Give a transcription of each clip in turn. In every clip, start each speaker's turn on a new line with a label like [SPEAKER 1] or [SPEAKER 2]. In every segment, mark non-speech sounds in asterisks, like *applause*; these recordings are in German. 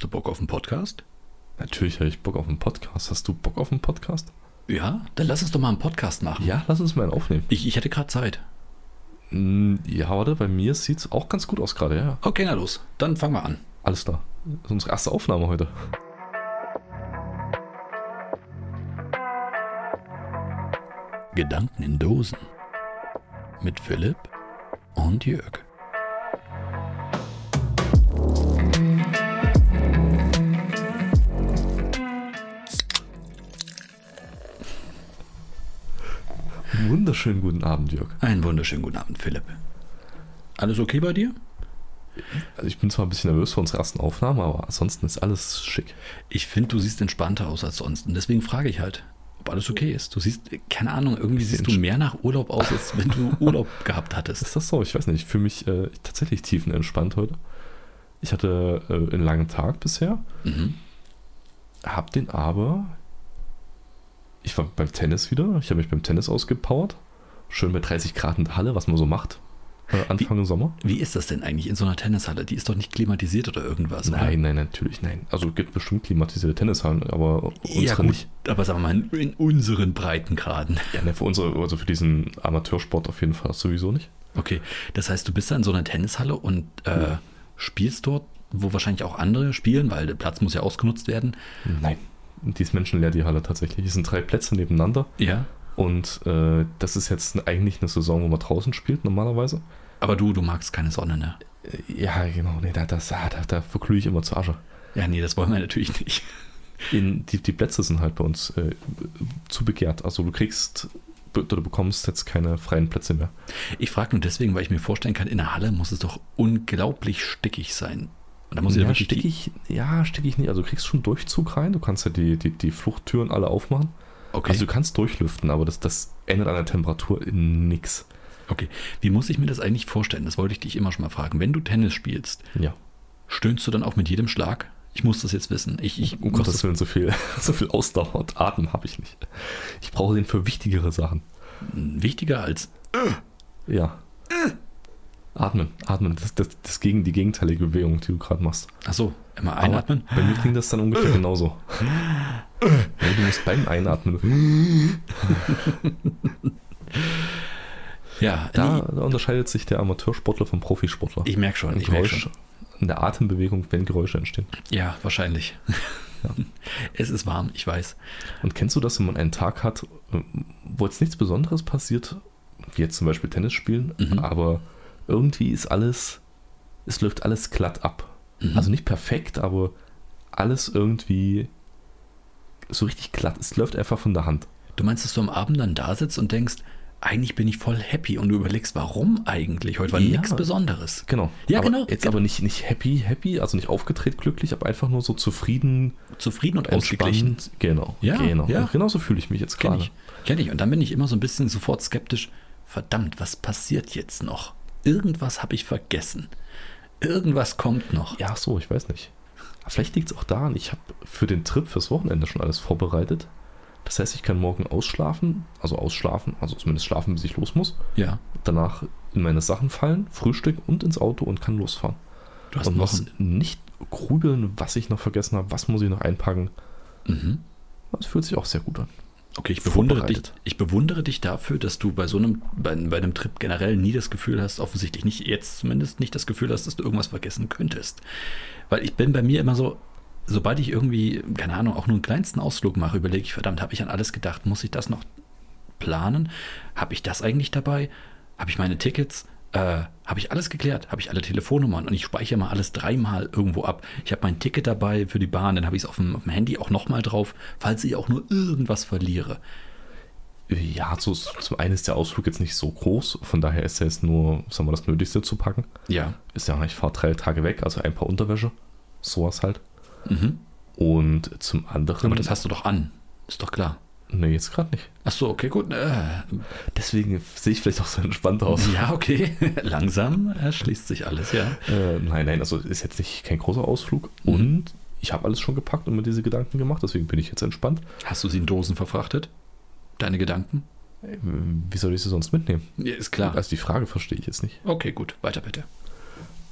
[SPEAKER 1] du Bock auf einen Podcast?
[SPEAKER 2] Natürlich habe ich Bock auf einen Podcast. Hast du Bock auf einen Podcast?
[SPEAKER 1] Ja, dann lass uns doch mal einen Podcast machen.
[SPEAKER 2] Ja, lass uns mal einen aufnehmen.
[SPEAKER 1] Ich, ich hätte gerade Zeit.
[SPEAKER 2] Hm, Ja, warte, bei mir sieht es auch ganz gut aus gerade, ja.
[SPEAKER 1] Okay, na los, dann fangen wir an.
[SPEAKER 2] Alles klar. Das ist unsere erste Aufnahme heute.
[SPEAKER 1] Gedanken in Dosen. Mit Philipp und Jörg.
[SPEAKER 2] Wunderschönen guten Abend, Jörg.
[SPEAKER 1] Einen wunderschönen guten Abend, Philipp. Alles okay bei dir?
[SPEAKER 2] Also ich bin zwar ein bisschen nervös vor unserer ersten Aufnahme, aber ansonsten ist alles schick.
[SPEAKER 1] Ich finde, du siehst entspannter aus als sonst. Und deswegen frage ich halt, ob alles okay ist. Du siehst, keine Ahnung, irgendwie siehst du
[SPEAKER 2] entsch-
[SPEAKER 1] mehr nach Urlaub aus, als wenn du *laughs* Urlaub gehabt hattest.
[SPEAKER 2] Ist das so? Ich weiß nicht. Ich fühle mich äh, tatsächlich tiefenentspannt heute. Ich hatte äh, einen langen Tag bisher,
[SPEAKER 1] Mhm.
[SPEAKER 2] hab den aber. Ich war beim Tennis wieder. Ich habe mich beim Tennis ausgepowert. Schön bei 30 Grad in der Halle, was man so macht. Äh, Anfang Sommer.
[SPEAKER 1] Wie ist das denn eigentlich in so einer Tennishalle? Die ist doch nicht klimatisiert oder irgendwas. oder?
[SPEAKER 2] Nein, nein, natürlich, nein. Also gibt bestimmt klimatisierte Tennishallen, aber unsere
[SPEAKER 1] Ja, gut,
[SPEAKER 2] nicht.
[SPEAKER 1] aber sagen wir mal, in unseren Breitengraden.
[SPEAKER 2] Ja, ne, für unsere, also für diesen Amateursport auf jeden Fall sowieso nicht.
[SPEAKER 1] Okay, das heißt, du bist da in so einer Tennishalle und äh, spielst dort, wo wahrscheinlich auch andere spielen, weil der Platz muss ja ausgenutzt werden.
[SPEAKER 2] Nein. Die ist menschenleer, die Halle tatsächlich. Es sind drei Plätze nebeneinander
[SPEAKER 1] Ja.
[SPEAKER 2] und äh, das ist jetzt eigentlich eine Saison, wo man draußen spielt normalerweise.
[SPEAKER 1] Aber du, du magst keine Sonne, ne?
[SPEAKER 2] Äh, Ja, genau, nee, da, das, ah, da, da verglühe ich immer zur Asche.
[SPEAKER 1] Ja, nee, das wollen wir natürlich nicht.
[SPEAKER 2] In, die, die Plätze sind halt bei uns äh, zu begehrt. Also du kriegst be- oder bekommst jetzt keine freien Plätze mehr.
[SPEAKER 1] Ich frage nur deswegen, weil ich mir vorstellen kann, in der Halle muss es doch unglaublich stickig sein. Und da muss ich
[SPEAKER 2] ja,
[SPEAKER 1] ja, wirklich die-
[SPEAKER 2] stickig, ja, stickig nicht. Also du kriegst schon Durchzug rein. Du kannst ja die, die, die Fluchttüren alle aufmachen.
[SPEAKER 1] Okay.
[SPEAKER 2] Also du kannst durchlüften, aber das, das ändert an der Temperatur in nix.
[SPEAKER 1] okay. Wie muss ich mir das eigentlich vorstellen? Das wollte ich dich immer schon mal fragen. Wenn du Tennis spielst,
[SPEAKER 2] Ja.
[SPEAKER 1] stöhnst du dann auch mit jedem Schlag? Ich muss das jetzt wissen. Ich, ich
[SPEAKER 2] Um
[SPEAKER 1] muss
[SPEAKER 2] Gottes Willen, so viel, *laughs* so viel Ausdauer und Atem habe ich nicht. Ich brauche den für wichtigere Sachen.
[SPEAKER 1] das wichtiger als.
[SPEAKER 2] Ja. Atmen, atmen. Das, das, das gegen die gegenteilige Bewegung, die du gerade machst.
[SPEAKER 1] Ach so, immer einatmen.
[SPEAKER 2] Aber bei mir klingt das dann ungefähr genauso. Nee, du musst beim Einatmen.
[SPEAKER 1] ja,
[SPEAKER 2] Da,
[SPEAKER 1] nee,
[SPEAKER 2] da unterscheidet sich der Amateursportler vom Profisportler.
[SPEAKER 1] ich merke schon.
[SPEAKER 2] Im
[SPEAKER 1] Ich merk schon.
[SPEAKER 2] Geräusch, in der Atembewegung, wenn Geräusche entstehen.
[SPEAKER 1] Ja, wahrscheinlich. *laughs* Es ist warm, ich weiß.
[SPEAKER 2] Und kennst du das, wenn man einen Tag hat, äh, wo jetzt nichts Besonderes passiert, wie jetzt zum Beispiel Tennis spielen,
[SPEAKER 1] Mhm.
[SPEAKER 2] aber irgendwie ist alles, es läuft alles glatt ab.
[SPEAKER 1] Mhm.
[SPEAKER 2] Also nicht perfekt, aber alles irgendwie so richtig glatt. Es läuft einfach von der Hand.
[SPEAKER 1] Du meinst, dass du am Abend dann da sitzt und denkst, eigentlich bin ich voll happy und du überlegst, warum eigentlich? Heute war
[SPEAKER 2] Ja.
[SPEAKER 1] nichts Besonderes.
[SPEAKER 2] Genau.
[SPEAKER 1] Ja,
[SPEAKER 2] aber
[SPEAKER 1] genau,
[SPEAKER 2] Jetzt
[SPEAKER 1] genau.
[SPEAKER 2] aber nicht, nicht happy, happy, also nicht aufgedreht glücklich, aber einfach nur so zufrieden,
[SPEAKER 1] Zufrieden und ausgeglichen.
[SPEAKER 2] entspannt. Genau.
[SPEAKER 1] Ja,
[SPEAKER 2] genau.
[SPEAKER 1] ja.
[SPEAKER 2] Und genauso fühle ich mich jetzt
[SPEAKER 1] Kenn
[SPEAKER 2] gerade.
[SPEAKER 1] ich. Kenn ich. Und dann bin ich immer so ein bisschen sofort skeptisch. Verdammt, was passiert jetzt noch? Irgendwas habe ich vergessen. Irgendwas kommt noch.
[SPEAKER 2] Ja, ach so, ich weiß nicht. Aber Vielleicht liegt es auch daran, ich habe für den Trip fürs Wochenende schon alles vorbereitet. Das heißt, ich kann morgen ausschlafen, also ausschlafen, also zumindest schlafen, bis ich los muss.
[SPEAKER 1] Ja,
[SPEAKER 2] Danach in meine Sachen fallen, Frühstück und ins Auto und kann losfahren.
[SPEAKER 1] du hast
[SPEAKER 2] Und
[SPEAKER 1] noch.
[SPEAKER 2] muss nicht grübeln, was ich noch vergessen habe, was muss ich noch einpacken.
[SPEAKER 1] Mhm.
[SPEAKER 2] Das fühlt sich auch sehr gut an.
[SPEAKER 1] Okay, ich bewundere, dich,
[SPEAKER 2] Vorbereitet.
[SPEAKER 1] ich bewundere dich dafür, dass du bei so einem, bei, bei einem Trip generell nie das Gefühl hast, offensichtlich nicht jetzt zumindest nicht das Gefühl hast, dass du irgendwas vergessen könntest. Weil ich bin bei mir immer so, sobald ich irgendwie, keine Ahnung, auch nur einen kleinsten Ausflug mache, überlege ich, verdammt, habe ich an alles gedacht, muss ich das noch planen? Habe ich das eigentlich dabei? Habe ich meine Tickets? Äh, habe ich alles geklärt? Habe ich alle Telefonnummern? Und ich speichere mal alles dreimal irgendwo ab. Ich habe mein Ticket dabei für die Bahn, dann habe ich es auf dem, auf dem Handy auch nochmal drauf, falls ich auch nur irgendwas verliere.
[SPEAKER 2] Ja, so, ist- zum einen ist der Ausflug jetzt nicht so groß, von daher ist er jetzt nur, sagen wir, das Nötigste zu packen.
[SPEAKER 1] Ja.
[SPEAKER 2] Ist ja, ich fahre drei Tage weg, also ein paar Unterwäsche, sowas halt.
[SPEAKER 1] Mhm.
[SPEAKER 2] Und zum anderen.
[SPEAKER 1] Aber das hast du doch an. Ist doch klar.
[SPEAKER 2] Nee, jetzt gerade nicht.
[SPEAKER 1] Ach so, okay, gut. Äh,
[SPEAKER 2] Deswegen sehe ich vielleicht auch so entspannt aus.
[SPEAKER 1] *laughs* ja, okay. Oh. Langsam erschließt sich alles, ja.
[SPEAKER 2] Äh, nein, nein, also ist jetzt nicht kein großer Ausflug.
[SPEAKER 1] Mhm.
[SPEAKER 2] Und ich habe alles schon gepackt und mir diese Gedanken gemacht, deswegen bin ich jetzt entspannt.
[SPEAKER 1] Hast du sie in Dosen verfrachtet? Deine Gedanken?
[SPEAKER 2] Ähm, Wie soll ich sie sonst mitnehmen?
[SPEAKER 1] Ja, ist klar.
[SPEAKER 2] Also die Frage verstehe ich jetzt nicht.
[SPEAKER 1] Okay, gut. Weiter bitte.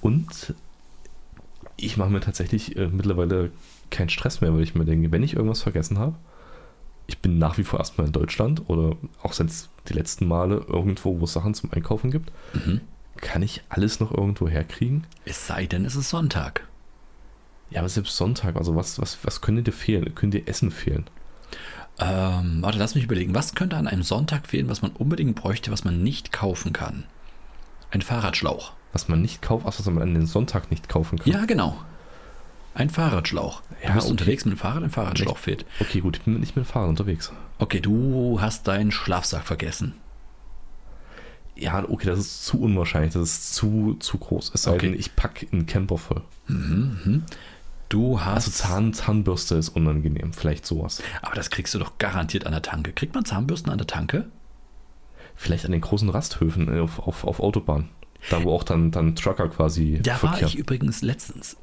[SPEAKER 2] Und ich mache mir tatsächlich äh, mittlerweile keinen Stress mehr, weil ich mir denke, wenn ich irgendwas vergessen habe, ich bin nach wie vor erstmal in Deutschland oder auch wenn es die letzten Male irgendwo, wo es Sachen zum Einkaufen gibt,
[SPEAKER 1] Mhm.
[SPEAKER 2] kann ich alles noch irgendwo herkriegen.
[SPEAKER 1] Es sei denn, es ist Sonntag.
[SPEAKER 2] Ja, aber selbst Sonntag, also was, was, was könnte dir fehlen? Könnte dir Essen fehlen?
[SPEAKER 1] Ähm, warte, lass mich überlegen. Was könnte an einem Sonntag fehlen, was man unbedingt bräuchte, was man nicht kaufen kann? Ein Fahrradschlauch.
[SPEAKER 2] Was man nicht kauft, also was man an den Sonntag nicht kaufen kann.
[SPEAKER 1] Ja, genau. Ein Fahrradschlauch. Du
[SPEAKER 2] Ja,
[SPEAKER 1] bist
[SPEAKER 2] okay.
[SPEAKER 1] unterwegs mit dem Fahrrad, ein Fahrradschlauch fehlt.
[SPEAKER 2] Okay, gut, ich bin nicht mit dem Fahrrad unterwegs.
[SPEAKER 1] Okay, du hast deinen Schlafsack vergessen.
[SPEAKER 2] Ja, okay, das ist zu unwahrscheinlich, das ist zu, zu groß. Es sei
[SPEAKER 1] Okay.
[SPEAKER 2] denn, ich packe einen Camper voll.
[SPEAKER 1] Du hast.
[SPEAKER 2] Also Zahn, Zahnbürste ist unangenehm, vielleicht sowas.
[SPEAKER 1] aber das kriegst du doch garantiert an der Tanke. Kriegt man Zahnbürsten an der Tanke?
[SPEAKER 2] Vielleicht an den großen Rasthöfen äh, auf, auf, auf Autobahn. Da, wo auch dann, dann Trucker quasi
[SPEAKER 1] Da war
[SPEAKER 2] verkehren.
[SPEAKER 1] ich übrigens letztens.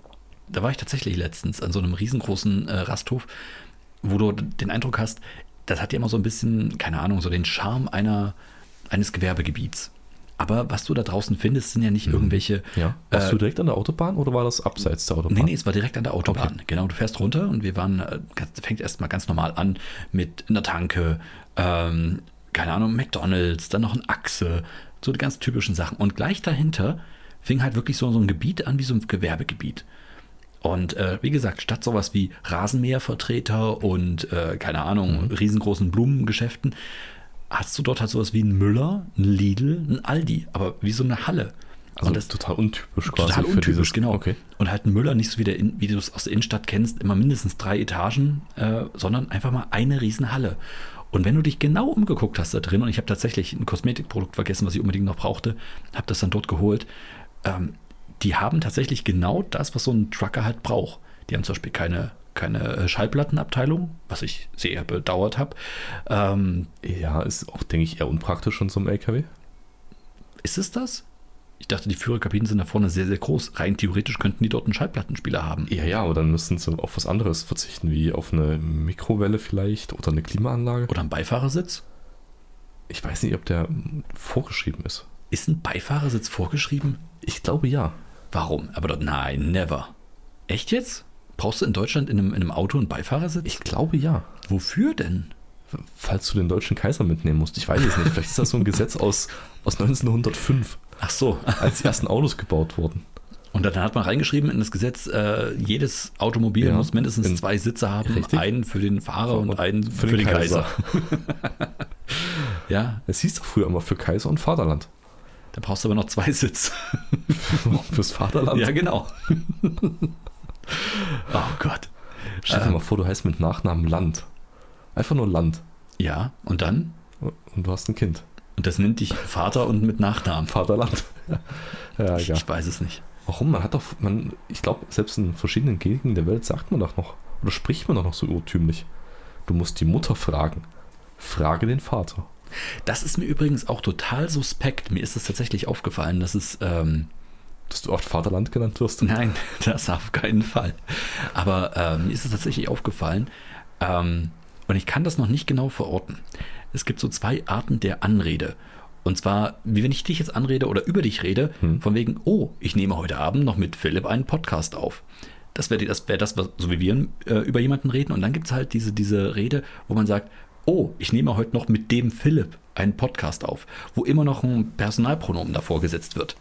[SPEAKER 1] Da war ich tatsächlich letztens an so einem riesengroßen äh, Rasthof, wo du den Eindruck hast, das hat ja immer so ein bisschen, keine Ahnung, so den Charme einer, eines Gewerbegebiets. Aber was du da draußen findest, sind ja nicht irgendwelche. äh,
[SPEAKER 2] Ja. Warst du direkt an der Autobahn oder war das abseits der Autobahn?
[SPEAKER 1] Nee, nee, es war direkt an der Autobahn. Genau, du fährst runter und wir waren, äh, ganz- fängt erstmal ganz normal an mit einer Tanke, ähm, keine Ahnung, McDonalds, dann noch ein Achse, so die ganz typischen Sachen. Und gleich dahinter fing halt wirklich so, so ein Gebiet an, wie so ein Gewerbegebiet. Und äh, wie gesagt, statt sowas wie Rasenmähervertreter und, äh, keine Ahnung,
[SPEAKER 2] Mhm.
[SPEAKER 1] riesengroßen Blumengeschäften, hast du dort halt sowas wie einen Müller, einen Lidl, einen Aldi, aber wie so eine Halle.
[SPEAKER 2] Also
[SPEAKER 1] und das,
[SPEAKER 2] total untypisch quasi.
[SPEAKER 1] Total
[SPEAKER 2] für
[SPEAKER 1] untypisch,
[SPEAKER 2] dieses-
[SPEAKER 1] genau.
[SPEAKER 2] Okay.
[SPEAKER 1] Und halt ein Müller nicht so wie, der In- wie du es aus der Innenstadt kennst, immer mindestens drei Etagen, äh, sondern einfach mal eine Riesenhalle. Und wenn du dich genau umgeguckt hast da drin, und ich habe tatsächlich ein Kosmetikprodukt vergessen, was ich unbedingt noch brauchte, habe das dann dort geholt, ähm, die haben tatsächlich genau das, was so ein Trucker halt braucht. Die haben zum Beispiel keine, keine äh, Schallplattenabteilung, was ich sehr bedauert habe. Ähm,
[SPEAKER 2] Ja, ist auch, denke ich, eher unpraktisch schon zum LKW.
[SPEAKER 1] Ist es das? Ich dachte, die Führerkabinen sind da vorne sehr, sehr groß. Rein theoretisch könnten die dort einen Schallplattenspieler haben.
[SPEAKER 2] Ja, ja, aber dann müssten sie auf was anderes verzichten, wie auf eine Mikrowelle vielleicht oder eine Klimaanlage.
[SPEAKER 1] Oder ein Beifahrersitz?
[SPEAKER 2] Ich weiß nicht, ob der mm, vorgeschrieben ist.
[SPEAKER 1] Ist ein Beifahrersitz vorgeschrieben?
[SPEAKER 2] Ich glaube ja.
[SPEAKER 1] Warum? Aber dort, nein, never. Echt jetzt? Brauchst du in Deutschland in einem, in einem Auto einen Beifahrersitz?
[SPEAKER 2] Ich glaube ja.
[SPEAKER 1] Wofür denn?
[SPEAKER 2] Falls du den deutschen Kaiser mitnehmen musst. Ich weiß es nicht. Vielleicht ist das so ein Gesetz aus, aus 1905,
[SPEAKER 1] Ach so.
[SPEAKER 2] als die ersten Autos gebaut wurden.
[SPEAKER 1] Und dann hat man reingeschrieben in das Gesetz, äh, jedes Automobil
[SPEAKER 2] Ja.
[SPEAKER 1] muss mindestens
[SPEAKER 2] In-
[SPEAKER 1] zwei Sitze haben.
[SPEAKER 2] Richtig.
[SPEAKER 1] Einen für den Fahrer Oh, und einen für, den, Kaiser. Ja,
[SPEAKER 2] Es hieß doch früher immer für Kaiser und Vaterland. *laughs*
[SPEAKER 1] da brauchst du aber noch zwei *laughs* Sitze.
[SPEAKER 2] Fürs Vaterland.
[SPEAKER 1] ja, genau. *laughs* oh Gott.
[SPEAKER 2] Stell dir mal vor, du heißt mit Nachnamen Land. Einfach nur Land.
[SPEAKER 1] Ja, und dann?
[SPEAKER 2] Und du hast ein Kind.
[SPEAKER 1] Und das nennt dich Vater und mit Nachnamen.
[SPEAKER 2] Vaterland. *laughs* ja, ja.
[SPEAKER 1] Ich weiß es nicht.
[SPEAKER 2] Warum? Man hat doch, man, ich glaube, selbst in verschiedenen Gegenden der Welt sagt man doch noch, oder spricht man doch noch so urtümlich. Du musst die Mutter fragen. Frage den Vater.
[SPEAKER 1] Das ist mir übrigens auch total suspekt. Mir ist es tatsächlich aufgefallen, dass es. Ähm,
[SPEAKER 2] Dass du oft Vaterland genannt
[SPEAKER 1] *laughs*
[SPEAKER 2] wirst.
[SPEAKER 1] nein, das auf keinen Fall. Aber ähm, mir ist es tatsächlich aufgefallen. Ähm, und ich kann das noch nicht genau verorten. Es gibt so zwei Arten der Anrede. Und zwar, wie wenn ich dich jetzt anrede oder über dich rede, von wegen, oh, ich nehme heute Abend noch mit Philipp einen Podcast auf. Das wäre das, wär das, was, so wie wir äh, über jemanden reden. Und dann gibt es halt diese, diese Rede, wo man sagt, oh, ich nehme heute noch mit dem Philipp einen Podcast auf, wo immer noch ein Personalpronomen davor gesetzt wird.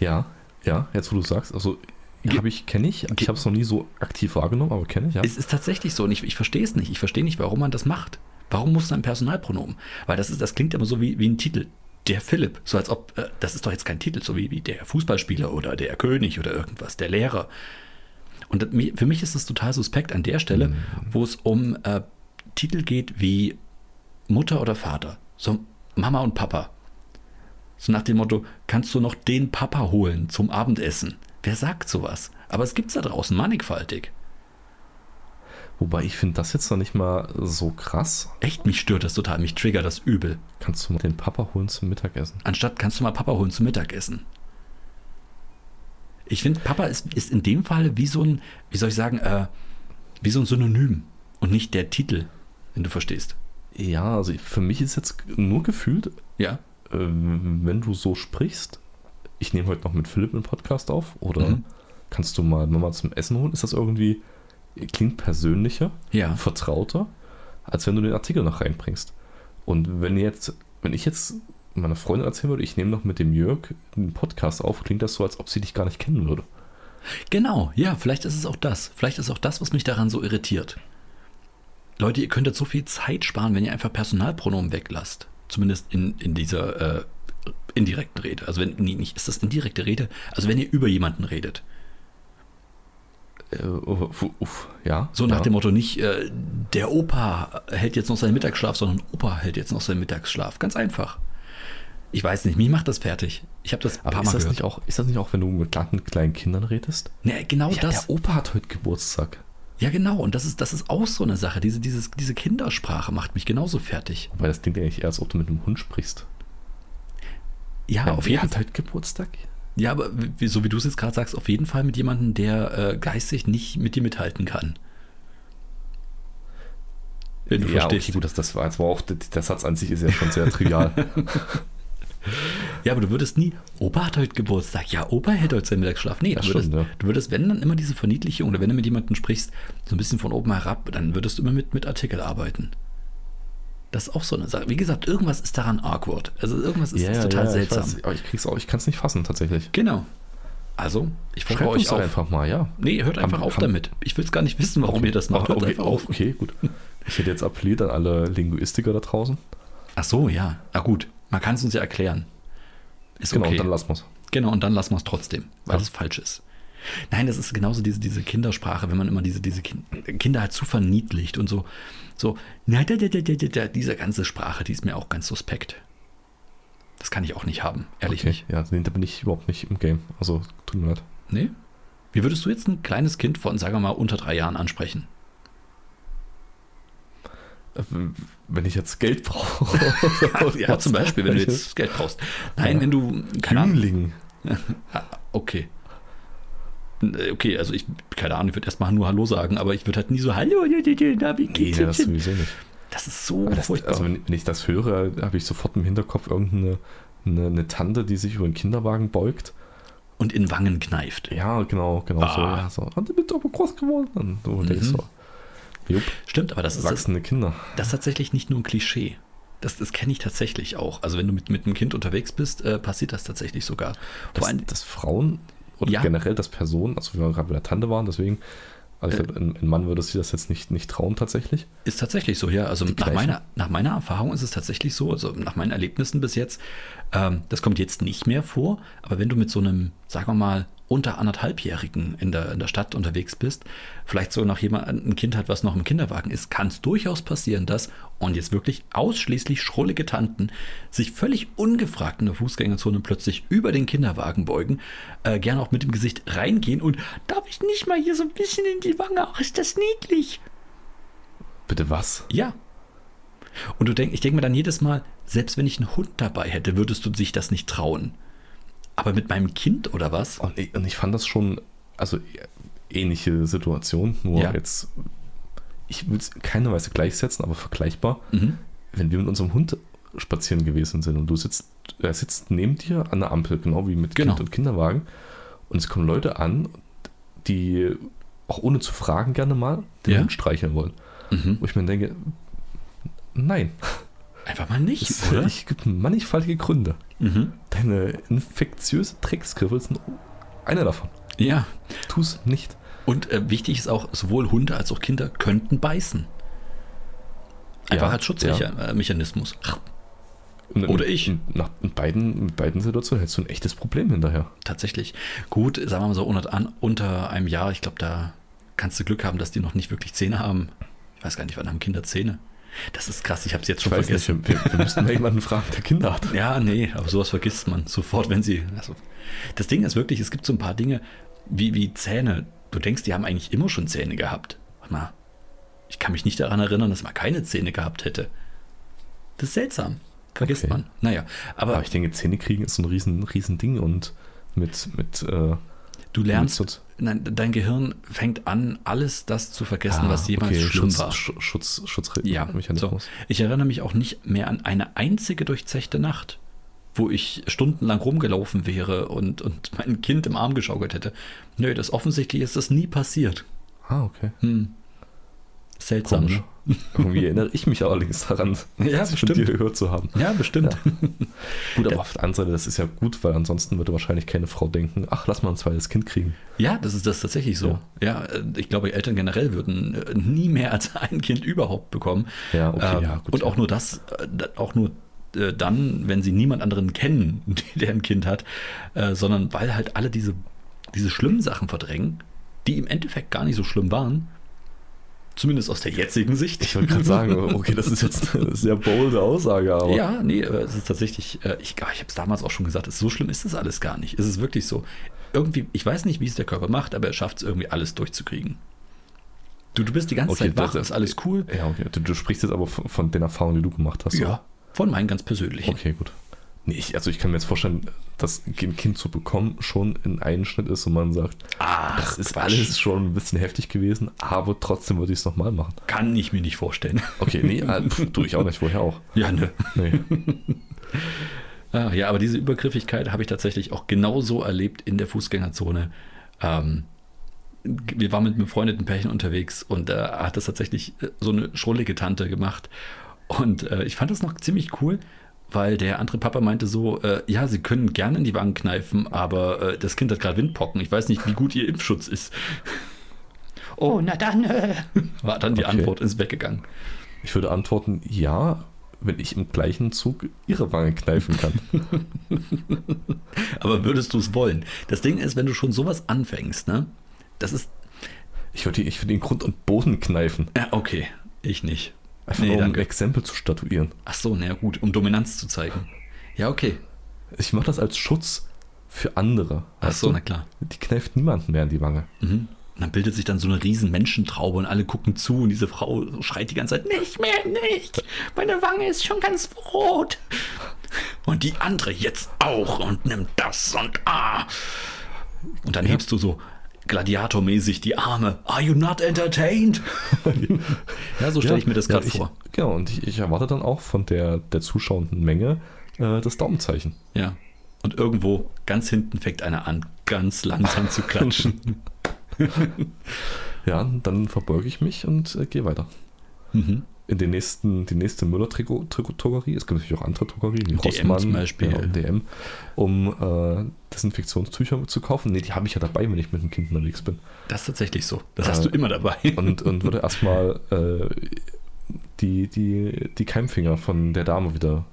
[SPEAKER 2] Ja, ja, jetzt wo du sagst, also
[SPEAKER 1] Ge-
[SPEAKER 2] habe ich, kenne ich.
[SPEAKER 1] Ge-
[SPEAKER 2] Ich habe es noch nie so aktiv wahrgenommen, aber kenne ich, ja.
[SPEAKER 1] Es ist tatsächlich so und ich, ich verstehe es nicht. Ich verstehe nicht, warum man das macht. Warum muss da ein Personalpronomen? Weil das ist, das klingt immer so wie, wie ein Titel. Der Philipp, so als ob, äh, das ist doch jetzt kein Titel, so wie, wie der Fußballspieler oder der König oder irgendwas, der Lehrer. Und das, mi- für mich ist es total suspekt an der Stelle, wo es um äh, Titel geht wie Mutter oder Vater. So Mama und Papa. So nach dem Motto, kannst du noch den Papa holen zum Abendessen? Wer sagt sowas? Aber es gibt's da draußen mannigfaltig.
[SPEAKER 2] Wobei ich finde das jetzt noch nicht mal so krass.
[SPEAKER 1] Echt, mich stört das total, mich triggert das übel.
[SPEAKER 2] Kannst du mal den Papa holen zum Mittagessen?
[SPEAKER 1] Anstatt kannst du mal Papa holen zum Mittagessen. Ich finde, Papa ist, ist in dem Fall wie so ein, wie soll ich sagen, äh, wie so ein Synonym und nicht der Titel, wenn du verstehst.
[SPEAKER 2] Ja, also für mich ist jetzt nur gefühlt
[SPEAKER 1] Ja.
[SPEAKER 2] ähm, wenn du so sprichst, ich nehme heute noch mit Philipp einen Podcast auf oder
[SPEAKER 1] Mhm.
[SPEAKER 2] kannst du mal Mama zum Essen holen, ist das irgendwie, klingt persönlicher,
[SPEAKER 1] Ja.
[SPEAKER 2] vertrauter, als wenn du den Artikel noch reinbringst. Und wenn jetzt, wenn ich jetzt meiner Freundin erzählen würde, ich nehme noch mit dem Jörg einen Podcast auf, klingt das so, als ob sie dich gar nicht kennen würde.
[SPEAKER 1] Genau, ja, vielleicht ist es auch das. Vielleicht ist auch das, was mich daran so irritiert. Leute, ihr könntet so viel Zeit sparen, wenn ihr einfach Personalpronomen weglasst. Zumindest in, in dieser äh, indirekten Rede. Also wenn, nee, nicht, ist das indirekte Rede? Also wenn ihr über jemanden redet.
[SPEAKER 2] Äh, uff, uff, ja.
[SPEAKER 1] So nach
[SPEAKER 2] ja.
[SPEAKER 1] dem Motto, nicht äh, der Opa hält jetzt noch seinen Mittagsschlaf, sondern Opa hält jetzt noch seinen Mittagsschlaf. Ganz einfach. Ich weiß nicht, mich macht das fertig. Ich habe das ein
[SPEAKER 2] Aber
[SPEAKER 1] paar
[SPEAKER 2] ist
[SPEAKER 1] Mal
[SPEAKER 2] das,
[SPEAKER 1] gehört.
[SPEAKER 2] nicht auch, ist das nicht auch, wenn du mit kleinen, kleinen Kindern redest?
[SPEAKER 1] Nee, genau
[SPEAKER 2] ja,
[SPEAKER 1] das.
[SPEAKER 2] der Opa hat heute Geburtstag.
[SPEAKER 1] Ja, genau. Und das ist, das ist auch so eine Sache. Diese, dieses, diese Kindersprache macht mich genauso fertig.
[SPEAKER 2] Wobei das klingt ja nicht eher, als ob du mit einem Hund sprichst.
[SPEAKER 1] Ja, auf
[SPEAKER 2] Wer
[SPEAKER 1] jeden
[SPEAKER 2] hat heute Geburtstag?
[SPEAKER 1] Ja, aber wie, so wie du es jetzt gerade sagst, auf jeden Fall mit jemandem, der äh, geistig nicht mit dir mithalten kann. Wenn du
[SPEAKER 2] ja,
[SPEAKER 1] verstehst.
[SPEAKER 2] okay, gut, das, das war, das war auch, der, der Satz an sich ist ja schon sehr *laughs* trivial.
[SPEAKER 1] Ja, aber du würdest nie, Opa hat heute Geburtstag, ja, Opa hält heute seinen Mittagsschlaf. Nee,
[SPEAKER 2] Das
[SPEAKER 1] du, würdest,
[SPEAKER 2] stimmt, ja.
[SPEAKER 1] du würdest, wenn dann immer diese Verniedlichung oder wenn du mit jemandem sprichst, so ein bisschen von oben herab, dann würdest du immer mit, mit Artikel arbeiten. Das ist auch so eine Sache. Wie gesagt, irgendwas ist daran awkward. Also irgendwas ist, ist total seltsam.
[SPEAKER 2] Ich, weiß, aber ich krieg's auch, ich kann es nicht fassen, tatsächlich.
[SPEAKER 1] Genau. Also, ich
[SPEAKER 2] Schreibt
[SPEAKER 1] fordere
[SPEAKER 2] uns
[SPEAKER 1] euch
[SPEAKER 2] doch
[SPEAKER 1] auf.
[SPEAKER 2] einfach mal, ja.
[SPEAKER 1] Nee, hört einfach
[SPEAKER 2] Haben-
[SPEAKER 1] auf
[SPEAKER 2] haben-
[SPEAKER 1] damit. Ich will es gar nicht wissen, warum ihr das macht.
[SPEAKER 2] Ah,
[SPEAKER 1] Hört
[SPEAKER 2] okay,
[SPEAKER 1] einfach auf.
[SPEAKER 2] okay, *laughs* gut. Ich hätte jetzt appelliert an alle Linguistiker da draußen.
[SPEAKER 1] Ach so, ja. Na gut, man kann es uns ja erklären. Ist
[SPEAKER 2] Genau,
[SPEAKER 1] okay.
[SPEAKER 2] und dann lassen wir's.
[SPEAKER 1] genau, und dann lassen wir es trotzdem, weil
[SPEAKER 2] Ja.
[SPEAKER 1] es falsch ist. Nein, das ist genauso diese, diese Kindersprache, wenn man immer diese, diese kind, Kinder halt zu verniedlicht und so, so, na, da, da, da, da, da, da, diese ganze Sprache, die ist mir auch ganz suspekt. Das kann ich auch nicht haben, ehrlich
[SPEAKER 2] Okay,
[SPEAKER 1] nicht.
[SPEAKER 2] ja, nee, da bin ich überhaupt nicht im Game. Also, tut mir leid.
[SPEAKER 1] Nee? Wie würdest du jetzt ein kleines Kind von, sagen wir mal, unter drei Jahren ansprechen?
[SPEAKER 2] Ähm, Wenn ich jetzt Geld *laughs* brauche.
[SPEAKER 1] Ja, zum Beispiel, wenn du jetzt Geld brauchst. Nein, wenn du, keine Ahnung,
[SPEAKER 2] Jüngling.
[SPEAKER 1] Ah, Okay. Äh, Okay, also ich, keine Ahnung, ich würde erstmal nur Hallo sagen, aber ich würde halt nie so Hallo, ja, ja, ja, na, wie
[SPEAKER 2] Nee,
[SPEAKER 1] geht's
[SPEAKER 2] nee,
[SPEAKER 1] nee,
[SPEAKER 2] das sowieso nicht.
[SPEAKER 1] Das ist so
[SPEAKER 2] Aber das,
[SPEAKER 1] furchtbar.
[SPEAKER 2] also wenn, wenn ich das höre, habe ich sofort im Hinterkopf irgendeine eine, eine Tante, die sich über den Kinderwagen beugt.
[SPEAKER 1] Und in Wangen kneift.
[SPEAKER 2] Ja, genau, genau so.
[SPEAKER 1] Ah.
[SPEAKER 2] Ja, so. Und du bist aber groß geworden. Und du denkst
[SPEAKER 1] Mhm.
[SPEAKER 2] so, jupp,
[SPEAKER 1] Stimmt, aber das ist, das,
[SPEAKER 2] wachsende Kinder.
[SPEAKER 1] das ist tatsächlich nicht nur ein Klischee. Das, das kenne ich tatsächlich auch. Also wenn du mit, mit einem Kind unterwegs bist, äh, passiert das tatsächlich sogar. Vor
[SPEAKER 2] Dass,
[SPEAKER 1] allem,
[SPEAKER 2] dass Frauen oder
[SPEAKER 1] Ja.
[SPEAKER 2] generell, dass Personen, also wir waren gerade bei der Tante waren, deswegen, also ich glaube, ein, ein Mann würde sich das jetzt nicht, nicht trauen tatsächlich.
[SPEAKER 1] Ist tatsächlich so, ja. Also nach
[SPEAKER 2] gleichen?
[SPEAKER 1] meiner, nach meiner Erfahrung ist es tatsächlich so, also nach meinen Erlebnissen bis jetzt, ähm, das kommt jetzt nicht mehr vor, aber wenn du mit so einem, sagen wir mal, unter anderthalbjährigen in der, in der Stadt unterwegs bist, vielleicht so noch jemand, ein Kind hat, was noch im Kinderwagen ist, kann es durchaus passieren, dass, und jetzt wirklich ausschließlich schrullige Tanten, sich völlig ungefragt in der Fußgängerzone plötzlich über den Kinderwagen beugen, äh, gern auch mit dem Gesicht reingehen und darf ich nicht mal hier so ein bisschen in die Wange, ach ist das niedlich.
[SPEAKER 2] Bitte was?
[SPEAKER 1] Ja. Und du denk, ich denke mir dann jedes Mal, selbst wenn ich einen Hund dabei hätte, würdest du dich das nicht trauen. Aber mit meinem Kind oder was?
[SPEAKER 2] Und ich, und ich fand das schon, also ähnliche Situation, nur
[SPEAKER 1] Ja.
[SPEAKER 2] jetzt, ich will es keinerweise gleichsetzen, aber vergleichbar,
[SPEAKER 1] Mhm.
[SPEAKER 2] wenn wir mit unserem Hund spazieren gewesen sind und du sitzt, er sitzt neben dir an der Ampel, genau wie mit
[SPEAKER 1] Genau.
[SPEAKER 2] Kind und Kinderwagen, und es kommen Leute an, die auch ohne zu fragen gerne mal den
[SPEAKER 1] Ja.
[SPEAKER 2] Hund streicheln wollen.
[SPEAKER 1] Mhm.
[SPEAKER 2] Wo ich mir denke, nein,
[SPEAKER 1] Einfach mal nicht,
[SPEAKER 2] es *laughs*
[SPEAKER 1] oder?
[SPEAKER 2] es gibt mannigfaltige Gründe.
[SPEAKER 1] Mhm.
[SPEAKER 2] Deine infektiöse Drecksgriffel sind einer davon.
[SPEAKER 1] Ja.
[SPEAKER 2] Tu's nicht.
[SPEAKER 1] Und äh, wichtig ist auch, sowohl Hunde als auch Kinder könnten beißen. Einfach
[SPEAKER 2] Ja,
[SPEAKER 1] als äh, Schutzmechanismus.
[SPEAKER 2] Und
[SPEAKER 1] Oder
[SPEAKER 2] mit-
[SPEAKER 1] ich.
[SPEAKER 2] mit- Nach, in, beiden, in beiden Situationen hättest du ein echtes Problem hinterher.
[SPEAKER 1] Tatsächlich. Gut, sagen wir mal so unter, an, unter einem Jahr, ich glaube, da kannst du Glück haben, dass die noch nicht wirklich Zähne haben. Ich weiß gar nicht, wann haben Kinder Zähne? Das ist krass, ich habe es jetzt schon vergessen.
[SPEAKER 2] nicht, wir, wir, wir müssten mal jemanden fragen, der Kinder hat.
[SPEAKER 1] Ja, nee, aber sowas vergisst man sofort, wenn sie. Also das Ding ist wirklich, es gibt so ein paar Dinge wie, wie Zähne. Du denkst, die haben eigentlich immer schon Zähne gehabt. Warte mal, ich kann mich nicht daran erinnern, dass man keine Zähne gehabt hätte. Das ist seltsam. Vergisst
[SPEAKER 2] Okay.
[SPEAKER 1] man. Naja, aber,
[SPEAKER 2] Aber ich denke, Zähne kriegen ist so ein riesen, riesen Ding und mit, mit, äh,
[SPEAKER 1] du lernst,
[SPEAKER 2] mit Schutz-
[SPEAKER 1] nein, dein Gehirn fängt an, alles das zu vergessen, was
[SPEAKER 2] Ah,
[SPEAKER 1] jemals schlimm
[SPEAKER 2] Schutz,
[SPEAKER 1] war.
[SPEAKER 2] Sch- Schutz,
[SPEAKER 1] Ja, so.
[SPEAKER 2] Schutzmechanismus.
[SPEAKER 1] Ich erinnere mich auch nicht mehr an eine einzige durchzechte Nacht. wo ich stundenlang rumgelaufen wäre und, und mein Kind im Arm geschaukelt hätte. Nö, das offensichtlich ist das nie passiert.
[SPEAKER 2] Ah, okay.
[SPEAKER 1] Hm. Seltsam.
[SPEAKER 2] Komisch.
[SPEAKER 1] Ne?
[SPEAKER 2] Irgendwie erinnere ich mich allerdings daran,
[SPEAKER 1] *laughs* Ja,
[SPEAKER 2] das
[SPEAKER 1] bestimmt.
[SPEAKER 2] von dir gehört zu haben.
[SPEAKER 1] ne? Ja, bestimmt.
[SPEAKER 2] Gut, aber auf der anderen Seite, das ist ja gut, weil ansonsten würde wahrscheinlich keine Frau denken, ach, lass mal ein zweites Kind kriegen.
[SPEAKER 1] Ja, das ist das ist tatsächlich so. Ja, äh, ich glaube, Eltern generell würden äh, nie mehr als ein Kind überhaupt bekommen.
[SPEAKER 2] Ja, okay,
[SPEAKER 1] Ähm,
[SPEAKER 2] ja, gut.
[SPEAKER 1] und auch nur das, äh, da- auch nur äh, dann, wenn sie niemand anderen kennen, *laughs* der ein Kind hat, äh, sondern weil halt alle diese, diese schlimmen Sachen verdrängen, die im Endeffekt gar nicht so schlimm waren. Zumindest aus der jetzigen Sicht. *laughs*
[SPEAKER 2] Ich wollte gerade sagen, okay, das ist jetzt eine sehr bolde Aussage, aber
[SPEAKER 1] Ja, nee, äh, es ist tatsächlich, äh, ich, ah, ich habe es damals auch schon gesagt, es- so schlimm ist das alles gar nicht. Es ist wirklich so. Irgendwie, ich weiß nicht, wie es der Körper macht, aber er schafft es irgendwie alles durchzukriegen. Du, du bist die ganze
[SPEAKER 2] Okay,
[SPEAKER 1] Zeit wach,
[SPEAKER 2] das- äh,
[SPEAKER 1] ist alles cool.
[SPEAKER 2] Ja, okay. Du, du sprichst jetzt aber von, von den Erfahrungen, die du gemacht hast. ne?
[SPEAKER 1] Ja, von meinen ganz persönlichen.
[SPEAKER 2] Okay, gut. Nee, ich, also ich kann mir jetzt vorstellen, dass ein Kind zu bekommen schon ein Einschnitt ist und man sagt,
[SPEAKER 1] Ach,
[SPEAKER 2] das ist alles schon ein bisschen heftig gewesen, aber trotzdem würde ich es nochmal machen.
[SPEAKER 1] Kann ich mir nicht vorstellen.
[SPEAKER 2] Okay,
[SPEAKER 1] *laughs*
[SPEAKER 2] nee, ah, pf, tu ich auch nicht, woher auch.
[SPEAKER 1] Ja, ne.
[SPEAKER 2] Nee.
[SPEAKER 1] Ah, ja, aber diese Übergriffigkeit habe ich tatsächlich auch genauso erlebt in der Fußgängerzone. Ähm, wir waren mit einem befreundeten Pärchen unterwegs und da hat das tatsächlich äh, so eine schrullige Tante gemacht. Und äh, ich fand das noch ziemlich cool, weil der andere Papa meinte so, äh, ja, sie können gerne in die Wangen kneifen, aber äh, das Kind hat gerade Windpocken. Ich weiß nicht, wie gut ihr Impfschutz ist. Oh, na dann. Äh, war dann die
[SPEAKER 2] Okay.
[SPEAKER 1] Antwort, ist weggegangen.
[SPEAKER 2] Ich würde antworten, ja, wenn ich im gleichen Zug ihre Wange kneifen kann.
[SPEAKER 1] Aber würdest du es wollen? Das Ding ist, wenn du schon sowas anfängst, ne? Das ist.
[SPEAKER 2] Ich würde ich würde den Grund und Boden kneifen.
[SPEAKER 1] Ja, okay, ich nicht.
[SPEAKER 2] Einfach
[SPEAKER 1] Nee,
[SPEAKER 2] nur, um
[SPEAKER 1] danke.
[SPEAKER 2] ein Exempel zu statuieren.
[SPEAKER 1] Ach so, na ja, gut, um Dominanz zu zeigen. Ja, okay.
[SPEAKER 2] Ich mache das als Schutz für andere.
[SPEAKER 1] Ach
[SPEAKER 2] weißt
[SPEAKER 1] so,
[SPEAKER 2] du?
[SPEAKER 1] na klar.
[SPEAKER 2] Die kneift niemanden mehr in die Wange.
[SPEAKER 1] Mhm. Und dann bildet sich dann so eine riesen Menschentraube und alle gucken zu und diese Frau schreit die ganze Zeit, nicht mehr, nicht. Meine Wange ist schon ganz rot. Und die andere jetzt auch und nimmt das und ah. Und dann hebst du so gladiatormäßig die Arme. Are you not
[SPEAKER 2] *laughs*
[SPEAKER 1] entertained? ja, so stelle ich mir das gerade
[SPEAKER 2] ja, ich-
[SPEAKER 1] vor.
[SPEAKER 2] Genau, und ich, ich erwarte dann auch von der, der zuschauenden Menge äh, das Daumenzeichen.
[SPEAKER 1] Ja. Und irgendwo ganz hinten fängt einer an, ganz langsam zu klatschen.
[SPEAKER 2] *laughs* Ja, dann verbeuge ich mich und äh, gehe weiter.
[SPEAKER 1] mhm.
[SPEAKER 2] In den nächsten, die nächste Müller-Drogerie, es gibt natürlich auch andere Drogerien, wie
[SPEAKER 1] DM zum Beispiel.
[SPEAKER 2] Ja, und DM, um äh, Desinfektionstücher zu kaufen. Nee, die habe ich ja dabei, wenn ich mit dem Kind unterwegs bin.
[SPEAKER 1] Das ist tatsächlich so. Das hast du
[SPEAKER 2] Äh,
[SPEAKER 1] immer dabei.
[SPEAKER 2] Und, und würde erstmal äh, die, die, die Keimfinger von der Dame wieder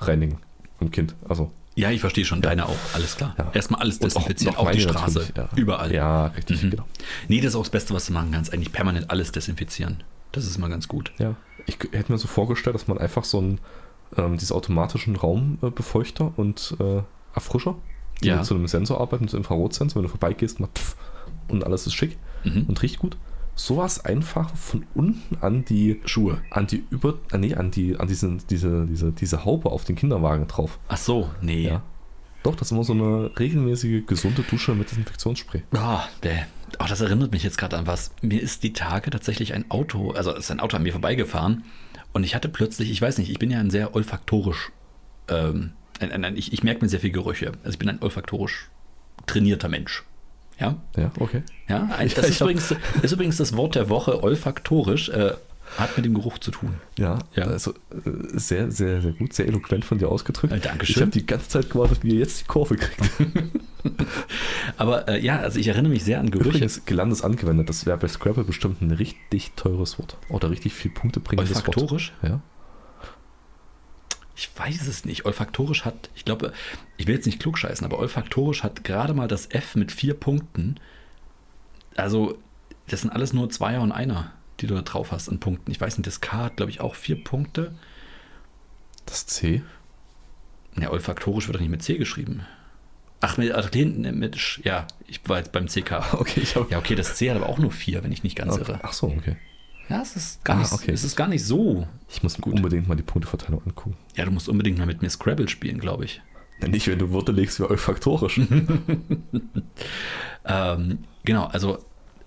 [SPEAKER 2] reinigen. Vom Kind. Also
[SPEAKER 1] Ja, ich verstehe schon. Deine auch. Alles klar.
[SPEAKER 2] Ja.
[SPEAKER 1] Erstmal alles
[SPEAKER 2] Und auch-
[SPEAKER 1] desinfizieren.
[SPEAKER 2] noch
[SPEAKER 1] Auch, die
[SPEAKER 2] meine
[SPEAKER 1] Straße.
[SPEAKER 2] natürlich, ja.
[SPEAKER 1] Überall.
[SPEAKER 2] Ja, richtig,
[SPEAKER 1] Mhm.
[SPEAKER 2] genau.
[SPEAKER 1] Nee, das ist auch das Beste, was du machen kannst. Eigentlich permanent alles desinfizieren. Das ist mal ganz gut.
[SPEAKER 2] Ja. Ich k- hätte mir so vorgestellt, dass man einfach so einen, ähm, diesen automatischen Raumbefeuchter und äh, Erfrischer, die
[SPEAKER 1] Ja.
[SPEAKER 2] mit so einem Sensor arbeiten, mit so einem Infrarotsensor, wenn du vorbeigehst, macht pff, und alles ist schick
[SPEAKER 1] Mhm.
[SPEAKER 2] und riecht gut. Sowas einfach von unten an die
[SPEAKER 1] Schuhe.
[SPEAKER 2] an die über ah, nee, an die an diesen diese diese diese Haube auf den Kinderwagen drauf.
[SPEAKER 1] Ach so, nee.
[SPEAKER 2] Ja. Doch, das ist immer so eine regelmäßige, gesunde Dusche mit Desinfektionsspray.
[SPEAKER 1] Ah, bäh. Auch das erinnert mich jetzt gerade an was. Mir ist die Tage tatsächlich ein Auto, also ist ein Auto an mir vorbeigefahren und ich hatte plötzlich, ich weiß nicht, ich bin ja ein sehr olfaktorisch, ähm, ein, ein, ein, ich, ich merke mir sehr viel Gerüche. Also ich bin ein olfaktorisch trainierter Mensch. Ja,
[SPEAKER 2] Ja, okay.
[SPEAKER 1] ja. Ein,
[SPEAKER 2] Ja,
[SPEAKER 1] das
[SPEAKER 2] ich
[SPEAKER 1] ist
[SPEAKER 2] hab-
[SPEAKER 1] übrigens, ist übrigens das Wort der Woche, olfaktorisch, äh, hat mit dem Geruch zu tun.
[SPEAKER 2] Ja,
[SPEAKER 1] Ja.
[SPEAKER 2] also äh, sehr, sehr, sehr gut, sehr eloquent von dir ausgedrückt.
[SPEAKER 1] Äh, Dankeschön.
[SPEAKER 2] Ich habe die ganze Zeit gewartet, wie ihr jetzt die Kurve kriegt.
[SPEAKER 1] Aber äh, ja, also ich erinnere mich sehr an Gerüche.
[SPEAKER 2] Übrigens, gelandes angewendet, das wäre bei Scrabble bestimmt ein richtig teures Wort. Oder richtig viel Punkte bringendes Wort.
[SPEAKER 1] olfaktorisch?
[SPEAKER 2] Ja.
[SPEAKER 1] Ich weiß es nicht. Olfaktorisch hat, ich glaube, ich will jetzt nicht klugscheißen, aber olfaktorisch hat gerade mal das F mit vier Punkten. Also, das sind alles nur Zweier und Einer, die du da drauf hast an Punkten. Ich weiß nicht, das K hat, glaube ich, auch vier Punkte.
[SPEAKER 2] Das C. *laughs*
[SPEAKER 1] Ja, olfaktorisch wird doch nicht mit C geschrieben. Ach, mit, ach, hinten mit, Sch- ja, ich war jetzt beim CK.
[SPEAKER 2] Okay, ich habe.
[SPEAKER 1] Ja, okay, das C hat aber auch nur vier, wenn ich nicht ganz irre.
[SPEAKER 2] Ach so, okay.
[SPEAKER 1] Ja, es ist gar,
[SPEAKER 2] Ah,
[SPEAKER 1] nicht,
[SPEAKER 2] okay.
[SPEAKER 1] es ist gar nicht so.
[SPEAKER 2] Ich muss unbedingt mal die Punkteverteilung angucken.
[SPEAKER 1] Ja, du musst unbedingt mal mit mir Scrabble spielen, glaube ich.
[SPEAKER 2] Na, Nicht, wenn du Worte legst wie olfaktorisch.
[SPEAKER 1] Mhm. Ähm, genau, also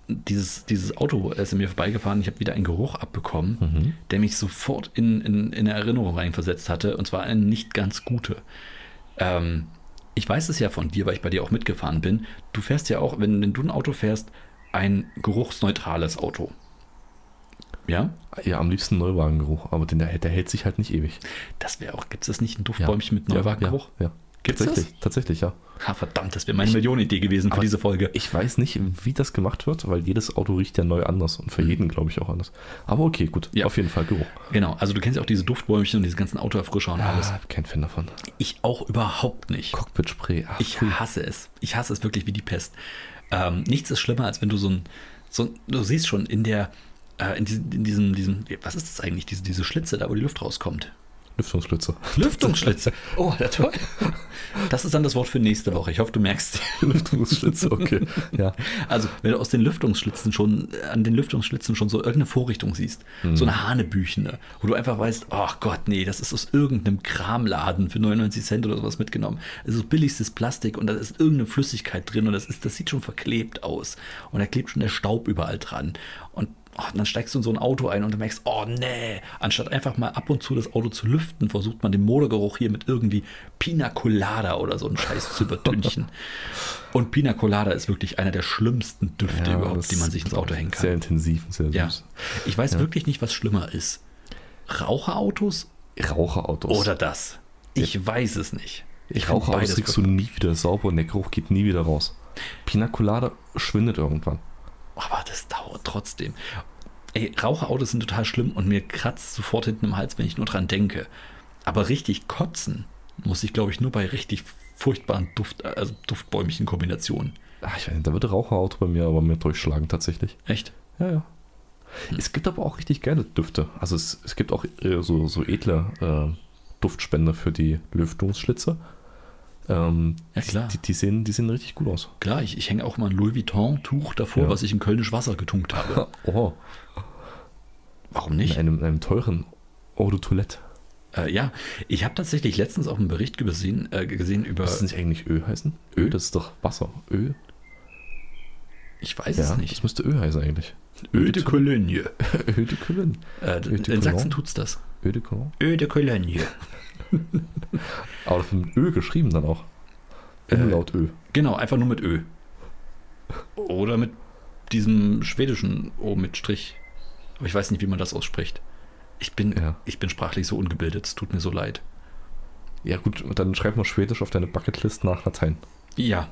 [SPEAKER 1] dieses, dieses Auto ist an mir vorbeigefahren. Ich habe wieder einen Geruch abbekommen,
[SPEAKER 2] Mhm.
[SPEAKER 1] der mich sofort in, in, in eine Erinnerung reinversetzt hatte. Und zwar eine nicht ganz gute. Ähm, ich weiß es ja von dir, weil ich bei dir auch mitgefahren bin. Du fährst ja auch, wenn, wenn du ein Auto fährst, ein geruchsneutrales Auto. Ja?
[SPEAKER 2] Ja, am liebsten Neuwagengeruch, aber den, der, der hält sich halt nicht ewig.
[SPEAKER 1] Das wäre auch, gibt es das nicht ein Duftbäumchen mit Neuwagengeruch?
[SPEAKER 2] Ja, ja.
[SPEAKER 1] Gibt's
[SPEAKER 2] tatsächlich, tatsächlich, ja.
[SPEAKER 1] Ah, verdammt, das wäre meine Millionenidee gewesen für
[SPEAKER 2] Aber
[SPEAKER 1] diese Folge.
[SPEAKER 2] Ich weiß nicht, wie das gemacht wird, weil jedes Auto riecht ja neu anders und für jeden, glaube ich, auch anders. Aber okay, gut,
[SPEAKER 1] Mhm. Ja.
[SPEAKER 2] auf jeden Fall Geruch.
[SPEAKER 1] Genau, also du kennst ja auch diese Duftbäumchen und diese ganzen Autoerfrischer und alles.
[SPEAKER 2] Ah, kein Fan davon.
[SPEAKER 1] Ich auch überhaupt nicht.
[SPEAKER 2] Cockpit-Spray. Ach,
[SPEAKER 1] Ich
[SPEAKER 2] pfui.
[SPEAKER 1] hasse es. Ich hasse es wirklich wie die Pest. Ähm, nichts ist schlimmer, als wenn du so ein, so ein du siehst schon in der, äh, in, diesem, in diesem, diesem, was ist das eigentlich, diese, diese Schlitze da, wo die Luft rauskommt?
[SPEAKER 2] Lüftungsschlitze. *laughs*
[SPEAKER 1] Lüftungsschlitze. Oh, *laughs* ja toll. Das ist dann das Wort für nächste Woche. Ich hoffe, du merkst. *laughs*
[SPEAKER 2] Lüftungsschlitze, okay. Ja.
[SPEAKER 1] Also, wenn du aus den Lüftungsschlitzen schon, äh, an den Lüftungsschlitzen schon so irgendeine Vorrichtung siehst, so eine Hanebüchene, wo du einfach weißt, ach Gott, nee, das ist aus irgendeinem Kramladen für 99 Cent oder sowas mitgenommen. Es ist billigstes Plastik und da ist irgendeine Flüssigkeit drin und das, ist, das sieht schon verklebt aus. Und da klebt schon der Staub überall dran. Und oh, dann steigst du in so ein Auto ein und du merkst, oh nee, anstatt einfach mal ab und zu das Auto zu lüften, versucht man den Motorgeruch hier mit irgendwie Pina Colada oder so einen Scheiß zu
[SPEAKER 2] *laughs*
[SPEAKER 1] übertünchen. Und Pina Colada ist wirklich einer der schlimmsten Düfte
[SPEAKER 2] ja
[SPEAKER 1] überhaupt,
[SPEAKER 2] das
[SPEAKER 1] die man sich ins Auto hängen
[SPEAKER 2] Sehr
[SPEAKER 1] kann.
[SPEAKER 2] intensiv und sehr
[SPEAKER 1] Ja.
[SPEAKER 2] süß.
[SPEAKER 1] Ich weiß wirklich nicht, was schlimmer ist. Raucherautos
[SPEAKER 2] Raucherautos.
[SPEAKER 1] oder das? Ich weiß es nicht. Ich
[SPEAKER 2] Raucherautos kriegst du nie wieder sauber und der Geruch geht nie wieder raus. Pina Colada schwindet irgendwann.
[SPEAKER 1] Aber das dauert trotzdem. Ey, Raucherautos sind total schlimm und mir kratzt sofort hinten im Hals, wenn ich nur dran denke. Aber richtig kotzen muss ich, glaube ich, nur bei richtig furchtbaren Duft, also Duftbäumchen-Kombinationen.
[SPEAKER 2] Ach, Ah, ich weiß nicht, da wird Raucherauto bei mir aber mehr durchschlagen, tatsächlich.
[SPEAKER 1] Echt?
[SPEAKER 2] Ja, ja.
[SPEAKER 1] Hm.
[SPEAKER 2] Es gibt aber auch richtig geile Düfte. Also es, es gibt auch äh, so, so edle äh, Duftspender für die Lüftungsschlitze. Ähm,
[SPEAKER 1] Ja, klar.
[SPEAKER 2] Die, die, sehen, die sehen richtig gut aus.
[SPEAKER 1] Klar, ich, ich hänge auch mal ein Louis Vuitton-Tuch davor,
[SPEAKER 2] Ja.
[SPEAKER 1] was ich in Kölnisch Wasser getunkt
[SPEAKER 2] *laughs*
[SPEAKER 1] habe.
[SPEAKER 2] Oh,
[SPEAKER 1] Warum
[SPEAKER 2] in
[SPEAKER 1] nicht?
[SPEAKER 2] einem, in einem teuren Eau de Toilette.
[SPEAKER 1] Äh, ja, ich habe tatsächlich letztens auch einen Bericht gesehen, äh, gesehen über.
[SPEAKER 2] Muss das nicht eigentlich Ö heißen? Ö, das ist doch Wasser. Ö,
[SPEAKER 1] Ich weiß
[SPEAKER 2] ja,
[SPEAKER 1] es
[SPEAKER 2] das
[SPEAKER 1] nicht.
[SPEAKER 2] müsste Ö heißen eigentlich.
[SPEAKER 1] Öde Cologne.
[SPEAKER 2] Ö de Cologne.
[SPEAKER 1] Äh,
[SPEAKER 2] de
[SPEAKER 1] in
[SPEAKER 2] Cologne?
[SPEAKER 1] Sachsen tut's das.
[SPEAKER 2] Ö de Cologne.
[SPEAKER 1] Öde Cologne.
[SPEAKER 2] Aber das mit Ö geschrieben dann auch. Umlaut Ö.
[SPEAKER 1] Genau, einfach nur mit Ö. Oder mit diesem schwedischen O mit Strich. Aber ich weiß nicht, wie man das ausspricht. Ich bin,
[SPEAKER 2] Ja.
[SPEAKER 1] ich bin sprachlich so ungebildet, es tut mir so leid.
[SPEAKER 2] Ja gut, dann schreib mal Schwedisch auf deine Bucketlist nach Latein.
[SPEAKER 1] Ja,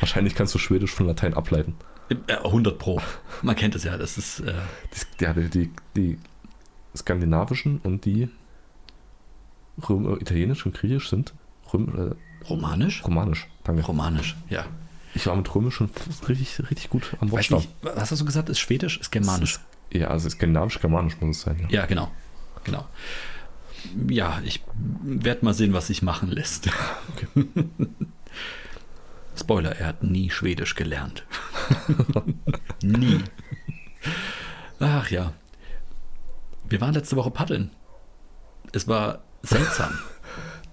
[SPEAKER 2] Wahrscheinlich kannst du Schwedisch von Latein ableiten.
[SPEAKER 1] äh, 100 Pro. Man kennt es ja, das ist. Äh,
[SPEAKER 2] Die- Ja, die, die, die skandinavischen und die Röm, äh, italienisch und griechisch sind Röm, äh,
[SPEAKER 1] romanisch?
[SPEAKER 2] romanisch. Danke.
[SPEAKER 1] Romanisch, ja.
[SPEAKER 2] Ich war mit römisch schon f- richtig, richtig gut am
[SPEAKER 1] Weiß
[SPEAKER 2] Wortstamm.
[SPEAKER 1] nicht, was hast du gesagt? Ist Schwedisch? Ist Germanisch?
[SPEAKER 2] Ja, also skandinavisch-germanisch muss es sein. Ja.
[SPEAKER 1] Ja, genau. Genau. Ja, ich werde mal sehen, was sich machen lässt. Spoiler, er hat nie Schwedisch
[SPEAKER 2] *laughs*
[SPEAKER 1] gelernt. nie. Ach ja. Wir waren letzte Woche paddeln. Es war seltsam.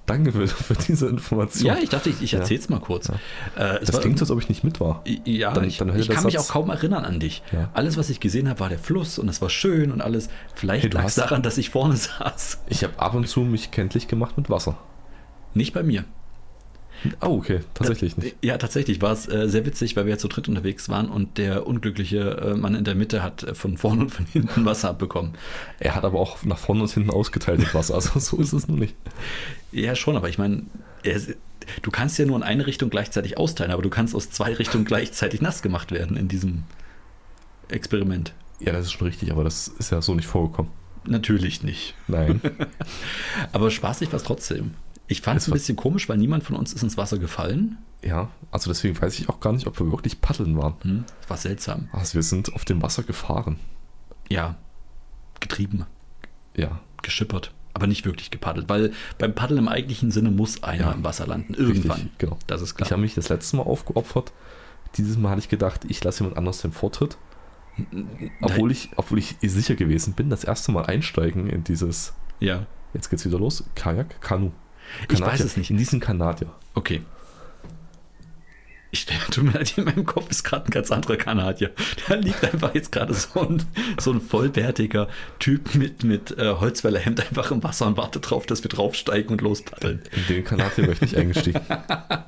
[SPEAKER 2] Danke für, für diese Information.
[SPEAKER 1] ja, ich dachte, ich, ich
[SPEAKER 2] Ja.
[SPEAKER 1] erzähl's mal kurz. Äh, es
[SPEAKER 2] das
[SPEAKER 1] war
[SPEAKER 2] klingt so, als ob ich nicht mit war.
[SPEAKER 1] ja,
[SPEAKER 2] Dann-
[SPEAKER 1] ich,
[SPEAKER 2] dann hätte
[SPEAKER 1] ich
[SPEAKER 2] der
[SPEAKER 1] kann mich
[SPEAKER 2] Satz-
[SPEAKER 1] auch kaum erinnern an dich.
[SPEAKER 2] Ja.
[SPEAKER 1] Alles, was ich gesehen habe, war der Fluss und es war schön und alles. Vielleicht
[SPEAKER 2] Hey, du
[SPEAKER 1] lag es
[SPEAKER 2] hast-
[SPEAKER 1] daran, dass ich vorne *laughs* saß.
[SPEAKER 2] Ich habe ab und zu mich kenntlich gemacht mit Wasser.
[SPEAKER 1] Nicht bei mir.
[SPEAKER 2] Oh, okay, tatsächlich nicht.
[SPEAKER 1] Ja, tatsächlich war es äh, sehr witzig, weil wir ja zu dritt unterwegs waren und der unglückliche äh, Mann in der Mitte hat äh, von vorne und von hinten *laughs* Wasser abbekommen.
[SPEAKER 2] Er hat aber auch nach vorne und hinten ausgeteilt mit Wasser. Also *laughs* so ist es nun nicht.
[SPEAKER 1] Ja, schon, aber ich meine, er ist- du kannst ja nur in eine Richtung gleichzeitig austeilen, aber du kannst aus zwei Richtungen gleichzeitig nass gemacht werden in diesem Experiment.
[SPEAKER 2] Ja, das ist schon richtig, aber das ist ja so nicht vorgekommen.
[SPEAKER 1] Natürlich nicht.
[SPEAKER 2] Nein.
[SPEAKER 1] Aber spaßig war es trotzdem. Ich fand es
[SPEAKER 2] Es
[SPEAKER 1] ein
[SPEAKER 2] war-
[SPEAKER 1] bisschen komisch, weil niemand von uns ist ins Wasser gefallen.
[SPEAKER 2] Ja, also deswegen weiß ich auch gar nicht, ob wir wirklich paddeln waren.
[SPEAKER 1] Hm, war seltsam.
[SPEAKER 2] Also wir sind auf dem Wasser gefahren.
[SPEAKER 1] Ja, getrieben.
[SPEAKER 2] Ja,
[SPEAKER 1] geschippert, aber nicht wirklich gepaddelt, weil beim Paddeln im eigentlichen Sinne muss einer
[SPEAKER 2] Ja.
[SPEAKER 1] im Wasser landen, irgendwann.
[SPEAKER 2] richtig, genau.
[SPEAKER 1] Das ist
[SPEAKER 2] Ich
[SPEAKER 1] klar.
[SPEAKER 2] habe mich das letzte Mal aufgeopfert. Dieses Mal hatte ich gedacht, ich lasse jemand anders den Vortritt. Obwohl ich, obwohl ich sicher gewesen bin, das erste Mal einsteigen in dieses,
[SPEAKER 1] Ja,
[SPEAKER 2] jetzt geht's wieder los, Kajak, Kanu.
[SPEAKER 1] Ich weiß es nicht.
[SPEAKER 2] In diesen Kanadier.
[SPEAKER 1] okay. Ich stelle, tut mir leid, in meinem Kopf ist gerade ein ganz anderer Kanadier. Da liegt einfach jetzt gerade so ein, so ein vollbärtiger Typ mit, mit äh, Holzfällerhemd einfach im Wasser und wartet drauf, dass wir draufsteigen und lospaddeln.
[SPEAKER 2] In den Kanadier möchte ich
[SPEAKER 1] *laughs*
[SPEAKER 2] eingestiegen.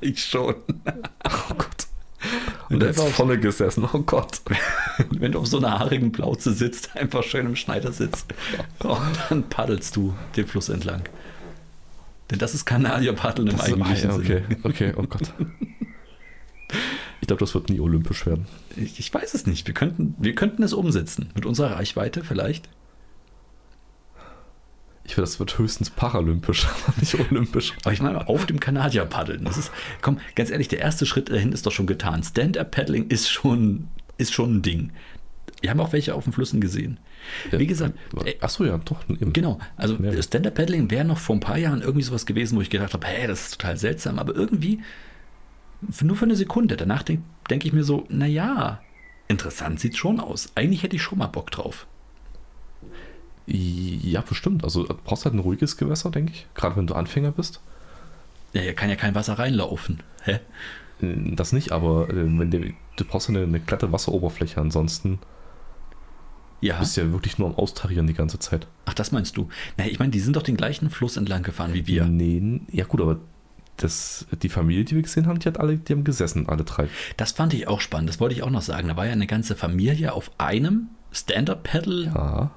[SPEAKER 1] Ich schon.
[SPEAKER 2] Oh Gott.
[SPEAKER 1] Und
[SPEAKER 2] Und da ist
[SPEAKER 1] einfach-
[SPEAKER 2] volle gesessen. Oh Gott.
[SPEAKER 1] Und wenn du auf so einer haarigen Plauze sitzt, *laughs* einfach schön im Schneidersitz, oh, dann paddelst du den Fluss entlang. Denn das ist Kanadier-Paddeln im
[SPEAKER 2] Das ist, ah,
[SPEAKER 1] eigentlichen
[SPEAKER 2] ja, okay,
[SPEAKER 1] Sinne.
[SPEAKER 2] okay, oh Gott. Ich glaube, das wird nie olympisch werden.
[SPEAKER 1] Ich, ich weiß es nicht. Wir könnten, wir könnten es umsetzen. Mit unserer Reichweite vielleicht.
[SPEAKER 2] Ich finde, das wird höchstens paralympisch, *laughs* aber nicht olympisch.
[SPEAKER 1] Aber ich meine, auf dem Kanadier paddeln. Das ist, komm, ganz ehrlich, der erste Schritt dahin ist doch schon getan. Stand-up-Paddling ist schon, ist schon ein Ding. Wir haben auch welche auf den Flüssen gesehen. Wie gesagt, ey,
[SPEAKER 2] Achso, ja, doch. Eben.
[SPEAKER 1] Äh, genau. Also
[SPEAKER 2] Ja.
[SPEAKER 1] Stand-up-Paddling wäre noch vor ein paar Jahren irgendwie sowas gewesen, wo ich gedacht habe, hey, das ist total seltsam. Aber irgendwie, f- nur für eine Sekunde. Danach denke denk ich mir so, naja, interessant sieht schon aus. Eigentlich hätte ich schon mal Bock drauf.
[SPEAKER 2] Ja, bestimmt. Also du brauchst halt ein ruhiges Gewässer, denke ich. Gerade wenn du Anfänger bist.
[SPEAKER 1] Ja, hier kann ja kein Wasser reinlaufen. Hä?
[SPEAKER 2] Äh, Das nicht, aber äh, wenn der, du brauchst ja eine, eine glatte Wasseroberfläche. Ansonsten
[SPEAKER 1] Ja.
[SPEAKER 2] bist du ja wirklich nur am Austarieren die ganze Zeit.
[SPEAKER 1] Ach, das meinst du? Na, ich meine, die sind doch den gleichen Fluss entlang gefahren wie wir.
[SPEAKER 2] Nee, n- ja gut, aber das, die Familie, die wir gesehen haben, die hat alle, die haben gesessen, alle drei.
[SPEAKER 1] Das fand ich auch spannend. Das wollte ich auch noch sagen. Da war ja eine ganze Familie auf einem Stand-Up-Paddle.
[SPEAKER 2] Ah.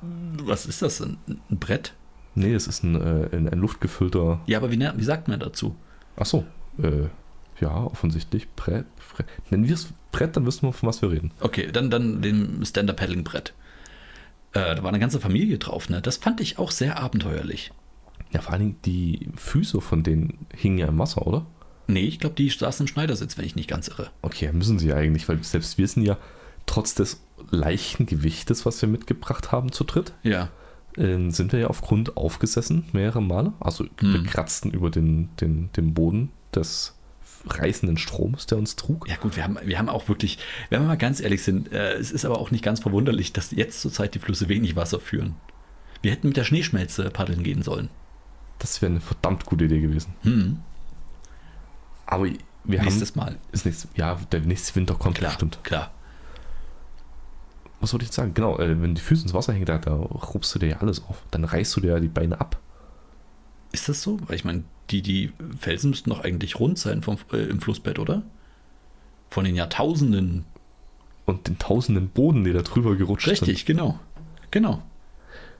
[SPEAKER 1] Was ist das? Ein, ein Brett?
[SPEAKER 2] Nee, es ist ein, äh, ein, ein luftgefüllter.
[SPEAKER 1] Ja, aber wie, nennt- wie sagt man dazu?
[SPEAKER 2] Achso, äh, ja, offensichtlich. Brett, Brett. Nennen wir es Brett, dann wissen wir, von was wir reden.
[SPEAKER 1] Okay, dann, dann dem Stand-Up-Paddling-Brett. Äh, da war eine ganze Familie drauf, ne? Das fand ich auch sehr abenteuerlich.
[SPEAKER 2] Ja, vor allen Dingen die Füße von denen hingen ja im Wasser, oder?
[SPEAKER 1] Nee, ich glaube, die saßen im Schneidersitz, wenn ich nicht ganz irre.
[SPEAKER 2] Okay, müssen sie ja eigentlich, weil selbst wir sind ja trotz des leichten Gewichtes, was wir mitgebracht haben zu dritt,
[SPEAKER 1] Ja.
[SPEAKER 2] ähm, sind wir ja auf Grund aufgesessen mehrere Male. Also wir
[SPEAKER 1] Hm.
[SPEAKER 2] kratzten über den, den, den Boden des reißenden Stroms, der uns trug.
[SPEAKER 1] Ja gut, wir haben, wir haben auch wirklich, wenn wir mal ganz ehrlich sind, äh, es ist aber auch nicht ganz verwunderlich, dass jetzt zurzeit die Flüsse wenig Wasser führen. Wir hätten mit der Schneeschmelze paddeln gehen sollen.
[SPEAKER 2] Das wäre eine verdammt gute Idee gewesen.
[SPEAKER 1] Hm,
[SPEAKER 2] Aber wir haben
[SPEAKER 1] nächstes Mal.
[SPEAKER 2] ist nächstes, ja, der nächste Winter kommt
[SPEAKER 1] Klar,
[SPEAKER 2] bestimmt.
[SPEAKER 1] klar.
[SPEAKER 2] Was wollte ich jetzt sagen? Genau, äh, wenn die Füße ins Wasser hängen, da, da rupst du dir ja alles auf. Dann reißt du dir ja die Beine ab.
[SPEAKER 1] Ist das so? Weil ich meine, die, die Felsen müssten doch eigentlich rund sein vom, äh, im Flussbett, oder? Von den Jahrtausenden.
[SPEAKER 2] Und den tausenden Boden, der da drüber gerutscht sind.
[SPEAKER 1] Richtig, genau. Genau.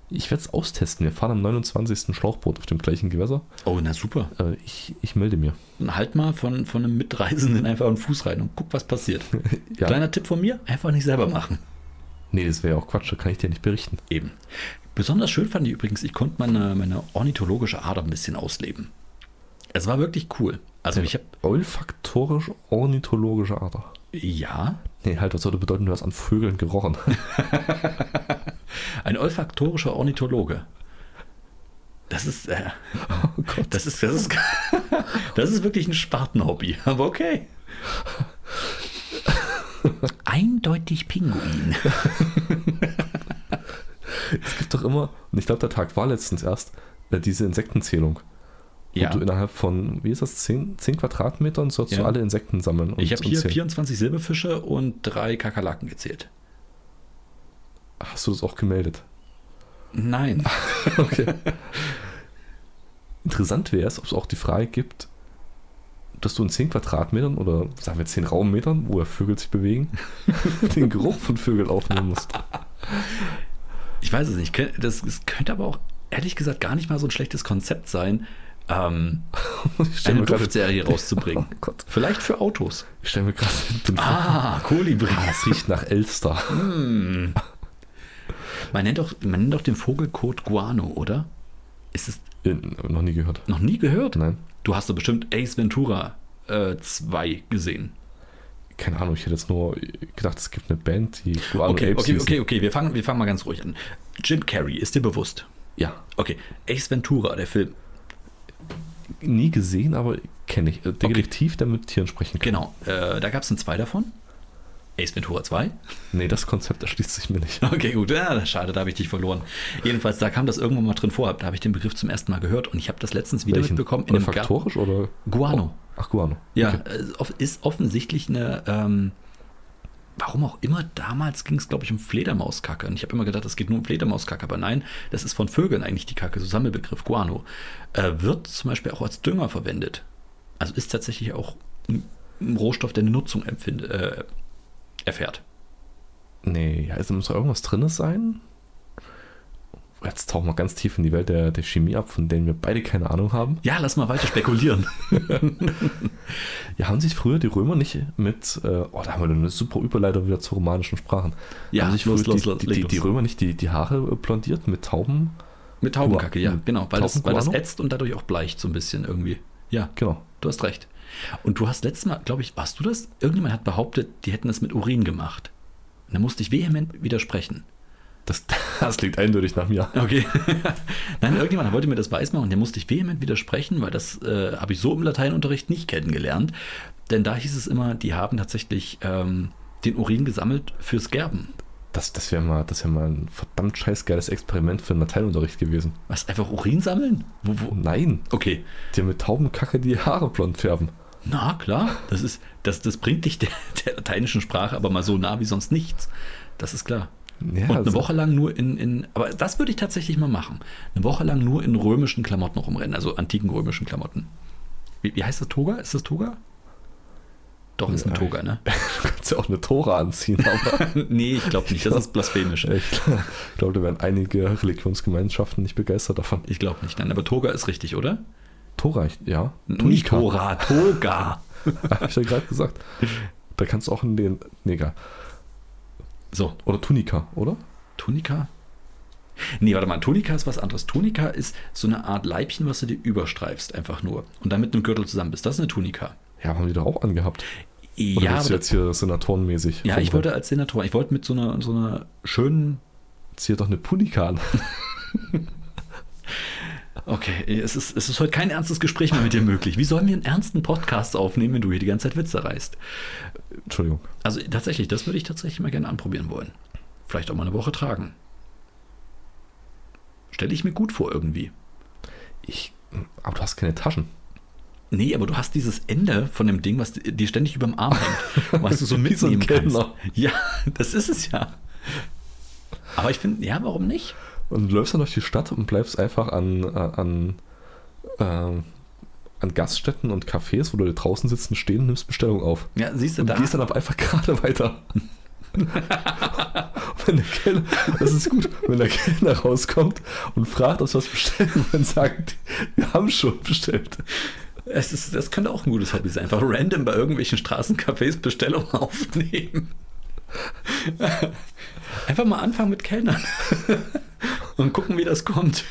[SPEAKER 2] Ich werde es austesten. Wir fahren am 29. Schlauchboot auf dem gleichen Gewässer.
[SPEAKER 1] Oh, na super.
[SPEAKER 2] Äh, ich, ich melde mir.
[SPEAKER 1] Dann halt mal von, von einem Mitreisenden einfach einen Fuß rein und guck, was passiert.
[SPEAKER 2] *laughs* Ja.
[SPEAKER 1] Kleiner Tipp von mir, einfach nicht selber machen.
[SPEAKER 2] Nee, das wäre ja auch Quatsch, da kann ich dir nicht berichten.
[SPEAKER 1] Eben. Besonders schön fand ich übrigens, ich konnte meine, meine ornithologische Ader ein bisschen ausleben. Es war wirklich cool. Also ich habe,
[SPEAKER 2] Olfaktorisch-ornithologische Ader.
[SPEAKER 1] ja,
[SPEAKER 2] Nee, halt, das sollte bedeuten, du hast an Vögeln gerochen. *laughs*
[SPEAKER 1] ein olfaktorischer Ornithologe. Das ist, äh,
[SPEAKER 2] Oh Gott.
[SPEAKER 1] das ist, das ist, *laughs* das ist wirklich ein Spartenhobby, aber
[SPEAKER 2] *laughs*
[SPEAKER 1] okay. Eindeutig Pinguin.
[SPEAKER 2] Es gibt doch immer, und ich glaube, der Tag war letztens erst, äh, diese Insektenzählung.
[SPEAKER 1] Ja,
[SPEAKER 2] Und du innerhalb von, wie ist das, 10, 10 Quadratmetern sollst
[SPEAKER 1] Ja.
[SPEAKER 2] du alle Insekten sammeln. Und,
[SPEAKER 1] ich habe
[SPEAKER 2] und
[SPEAKER 1] hier
[SPEAKER 2] zählen.
[SPEAKER 1] 24 Silberfische und drei Kakerlaken gezählt.
[SPEAKER 2] Hast du das auch gemeldet?
[SPEAKER 1] Nein.
[SPEAKER 2] Okay. Interessant wäre es, ob es auch die Frage gibt, dass du in 10 Quadratmetern oder sagen wir 10 Raummetern, wo ja Vögel sich bewegen,
[SPEAKER 1] *laughs*
[SPEAKER 2] den Geruch von Vögeln aufnehmen musst.
[SPEAKER 1] Ich weiß es nicht. Kön- Das, das könnte aber auch, ehrlich gesagt, gar nicht mal so ein schlechtes Konzept sein, ähm,
[SPEAKER 2] Ich stell
[SPEAKER 1] eine
[SPEAKER 2] mir gerade
[SPEAKER 1] Duftserie
[SPEAKER 2] *laughs*
[SPEAKER 1] rauszubringen.
[SPEAKER 2] Oh Gott.
[SPEAKER 1] Vielleicht für Autos.
[SPEAKER 2] ich stell mir gerade den ah.
[SPEAKER 1] Ah, Kolibri.
[SPEAKER 2] Es riecht nach Elster.
[SPEAKER 1] Man nennt doch, man nennt doch den Vogelkot Guano, oder? Ist es
[SPEAKER 2] Äh, noch nie gehört.
[SPEAKER 1] noch nie gehört?
[SPEAKER 2] Nein.
[SPEAKER 1] Du hast doch bestimmt Ace Ventura 2 gesehen.
[SPEAKER 2] Keine Ahnung, ich hätte jetzt nur gedacht, es gibt eine Band, die Guano
[SPEAKER 1] Okay,
[SPEAKER 2] Apes
[SPEAKER 1] okay,
[SPEAKER 2] hießen.
[SPEAKER 1] okay, okay. Wir fangen, wir fangen mal ganz ruhig an. Jim Carrey, ist dir bewusst?
[SPEAKER 2] Ja.
[SPEAKER 1] Okay, Ace Ventura, der Film.
[SPEAKER 2] Nie gesehen, aber kenne ich. Äh, Detektiv, der mit Tieren sprechen kann.
[SPEAKER 1] Genau, äh, da gab es ein zwei *laughs* davon. Ace Ventura 2.
[SPEAKER 2] Nee, das Konzept erschließt sich mir nicht.
[SPEAKER 1] Okay, gut. Ja, schade, da habe ich dich verloren. Jedenfalls, da kam das irgendwann mal drin vor. Da habe ich den Begriff zum ersten Mal gehört und ich habe das letztens wieder
[SPEAKER 2] Welchen?
[SPEAKER 1] mitbekommen. In einem Gar-
[SPEAKER 2] Olfaktorisch oder?
[SPEAKER 1] Guano.
[SPEAKER 2] Ach, Guano.
[SPEAKER 1] Ja,
[SPEAKER 2] Okay.
[SPEAKER 1] äh, off- ist offensichtlich eine. Ähm, warum auch immer, damals ging es, glaube ich, um Fledermauskacke. Und ich habe immer gedacht, es geht nur um Fledermauskacke. Aber nein, das ist von Vögeln eigentlich die Kacke, so Sammelbegriff Guano. Äh, wird zum Beispiel auch als Dünger verwendet. Also ist tatsächlich auch ein, ein Rohstoff, der eine Nutzung empfind, äh, erfährt.
[SPEAKER 2] Nee, ja, also muss da irgendwas drin sein. Jetzt tauchen wir ganz tief in die Welt der, der Chemie ab, von denen wir beide keine Ahnung haben.
[SPEAKER 1] Ja, lass mal weiter spekulieren.
[SPEAKER 2] Ja, haben sich früher die Römer nicht mit, äh, oh, da haben wir eine super Überleitung wieder zu romanischen Sprachen.
[SPEAKER 1] Ja,
[SPEAKER 2] haben sich
[SPEAKER 1] los,
[SPEAKER 2] früher
[SPEAKER 1] los,
[SPEAKER 2] die,
[SPEAKER 1] los,
[SPEAKER 2] die,
[SPEAKER 1] leg
[SPEAKER 2] die,
[SPEAKER 1] los.
[SPEAKER 2] die Römer nicht die, die Haare äh, blondiert mit Tauben?
[SPEAKER 1] Mit Taubenkacke, ja,
[SPEAKER 2] Guano.
[SPEAKER 1] genau. Weil das, weil das
[SPEAKER 2] Taubenguano?
[SPEAKER 1] ätzt und dadurch auch bleicht so ein bisschen irgendwie. Ja,
[SPEAKER 2] Genau.
[SPEAKER 1] Du hast recht. Und du hast letztes Mal, glaube ich, warst du das? Irgendjemand hat behauptet, die hätten das mit Urin gemacht. Und da musste ich vehement widersprechen.
[SPEAKER 2] Das, *laughs* das liegt eindeutig nach mir.
[SPEAKER 1] Okay. *laughs* Nein, irgendjemand wollte mir das weismachen und der musste ich vehement widersprechen, weil das äh, habe ich so im Lateinunterricht nicht kennengelernt. Denn da hieß es immer, die haben tatsächlich ähm, den Urin gesammelt fürs Gerben.
[SPEAKER 2] Das, das wäre mal, das wär mal ein verdammt scheißgeiles Experiment für den Lateinunterricht gewesen. Oh,
[SPEAKER 1] Was, einfach Urin sammeln? Wo, wo?
[SPEAKER 2] Nein,
[SPEAKER 1] Okay.
[SPEAKER 2] dir mit Taubenkacke die Haare blond färben.
[SPEAKER 1] Na klar, das, ist, das, das bringt dich der, der lateinischen Sprache aber mal so nah wie sonst nichts. Das ist klar.
[SPEAKER 2] Ja,
[SPEAKER 1] Und eine
[SPEAKER 2] also-
[SPEAKER 1] Woche lang nur in, in, aber das würde ich tatsächlich mal machen. Eine Woche lang nur in römischen Klamotten rumrennen, also antiken römischen Klamotten. Wie, wie heißt das Toga? Ist das Toga? Doch, ist ein
[SPEAKER 2] Ja.
[SPEAKER 1] Toga, ne?
[SPEAKER 2] *laughs*
[SPEAKER 1] *laughs*
[SPEAKER 2] Du kannst ja auch eine Tora anziehen, aber
[SPEAKER 1] nee, ich glaube nicht. Das
[SPEAKER 2] *laughs*
[SPEAKER 1] ist blasphemisch.
[SPEAKER 2] ich glaube, da wären einige Religionsgemeinschaften nicht begeistert davon.
[SPEAKER 1] Ich glaube nicht, nein. Aber Toga ist richtig, oder?
[SPEAKER 2] Tora, ich- ja.
[SPEAKER 1] Nicht
[SPEAKER 2] *laughs*
[SPEAKER 1] Tora, Toga.
[SPEAKER 2] Habe ich ja gerade gesagt. Da kannst du auch in den. Nee, egal.
[SPEAKER 1] So,
[SPEAKER 2] Oder Tunika, oder?
[SPEAKER 1] Tunika? Nee, warte mal, Tunika ist was anderes. Tunika ist so eine Art Leibchen, was du dir überstreifst, einfach nur. Und dann mit einem Gürtel zusammen bist. Das ist eine Tunika.
[SPEAKER 2] Ja, haben die doch auch angehabt. Oder
[SPEAKER 1] ja,
[SPEAKER 2] willst
[SPEAKER 1] aber
[SPEAKER 2] du
[SPEAKER 1] das,
[SPEAKER 2] jetzt hier senatorenmäßig?
[SPEAKER 1] ja, ich
[SPEAKER 2] rumrennen?
[SPEAKER 1] wollte als Senator, ich wollte mit so einer, so einer schönen.
[SPEAKER 2] Zieh doch eine Punika an. *laughs*
[SPEAKER 1] Okay, es ist, es ist heute kein ernstes Gespräch mehr mit dir möglich. Wie sollen wir einen ernsten Podcast aufnehmen, wenn du hier die ganze Zeit Witze reißt?
[SPEAKER 2] Entschuldigung.
[SPEAKER 1] Also tatsächlich, das würde ich tatsächlich mal gerne anprobieren wollen. Vielleicht auch mal eine Woche tragen. Stelle ich mir gut vor irgendwie.
[SPEAKER 2] Ich. Aber du hast keine Taschen.
[SPEAKER 1] Nee, aber du hast dieses Ende von dem Ding, was dir ständig über dem Arm
[SPEAKER 2] *laughs*
[SPEAKER 1] hängt, was du so
[SPEAKER 2] Wie so ein
[SPEAKER 1] mitnehmen kannst.
[SPEAKER 2] Kellner.
[SPEAKER 1] Ja, das ist es ja. Aber ich finde, ja, warum nicht?
[SPEAKER 2] Und du läufst dann durch die Stadt und bleibst einfach an. äh, an ähm, an Gaststätten und Cafés, wo du draußen sitzen, stehen, nimmst Bestellung auf.
[SPEAKER 1] Ja, siehst du,
[SPEAKER 2] Und
[SPEAKER 1] da,
[SPEAKER 2] gehst dann aber einfach *laughs* gerade weiter. wenn der Kellner, das ist gut, wenn der Kellner rauskommt und fragt, ob sie was bestellen, *laughs* dann sagen die, wir haben schon bestellt.
[SPEAKER 1] es ist, das könnte auch ein gutes Hobby sein. Einfach random bei irgendwelchen Straßencafés Bestellungen *laughs* aufnehmen. Einfach mal anfangen mit Kellnern *laughs* und gucken, wie das kommt.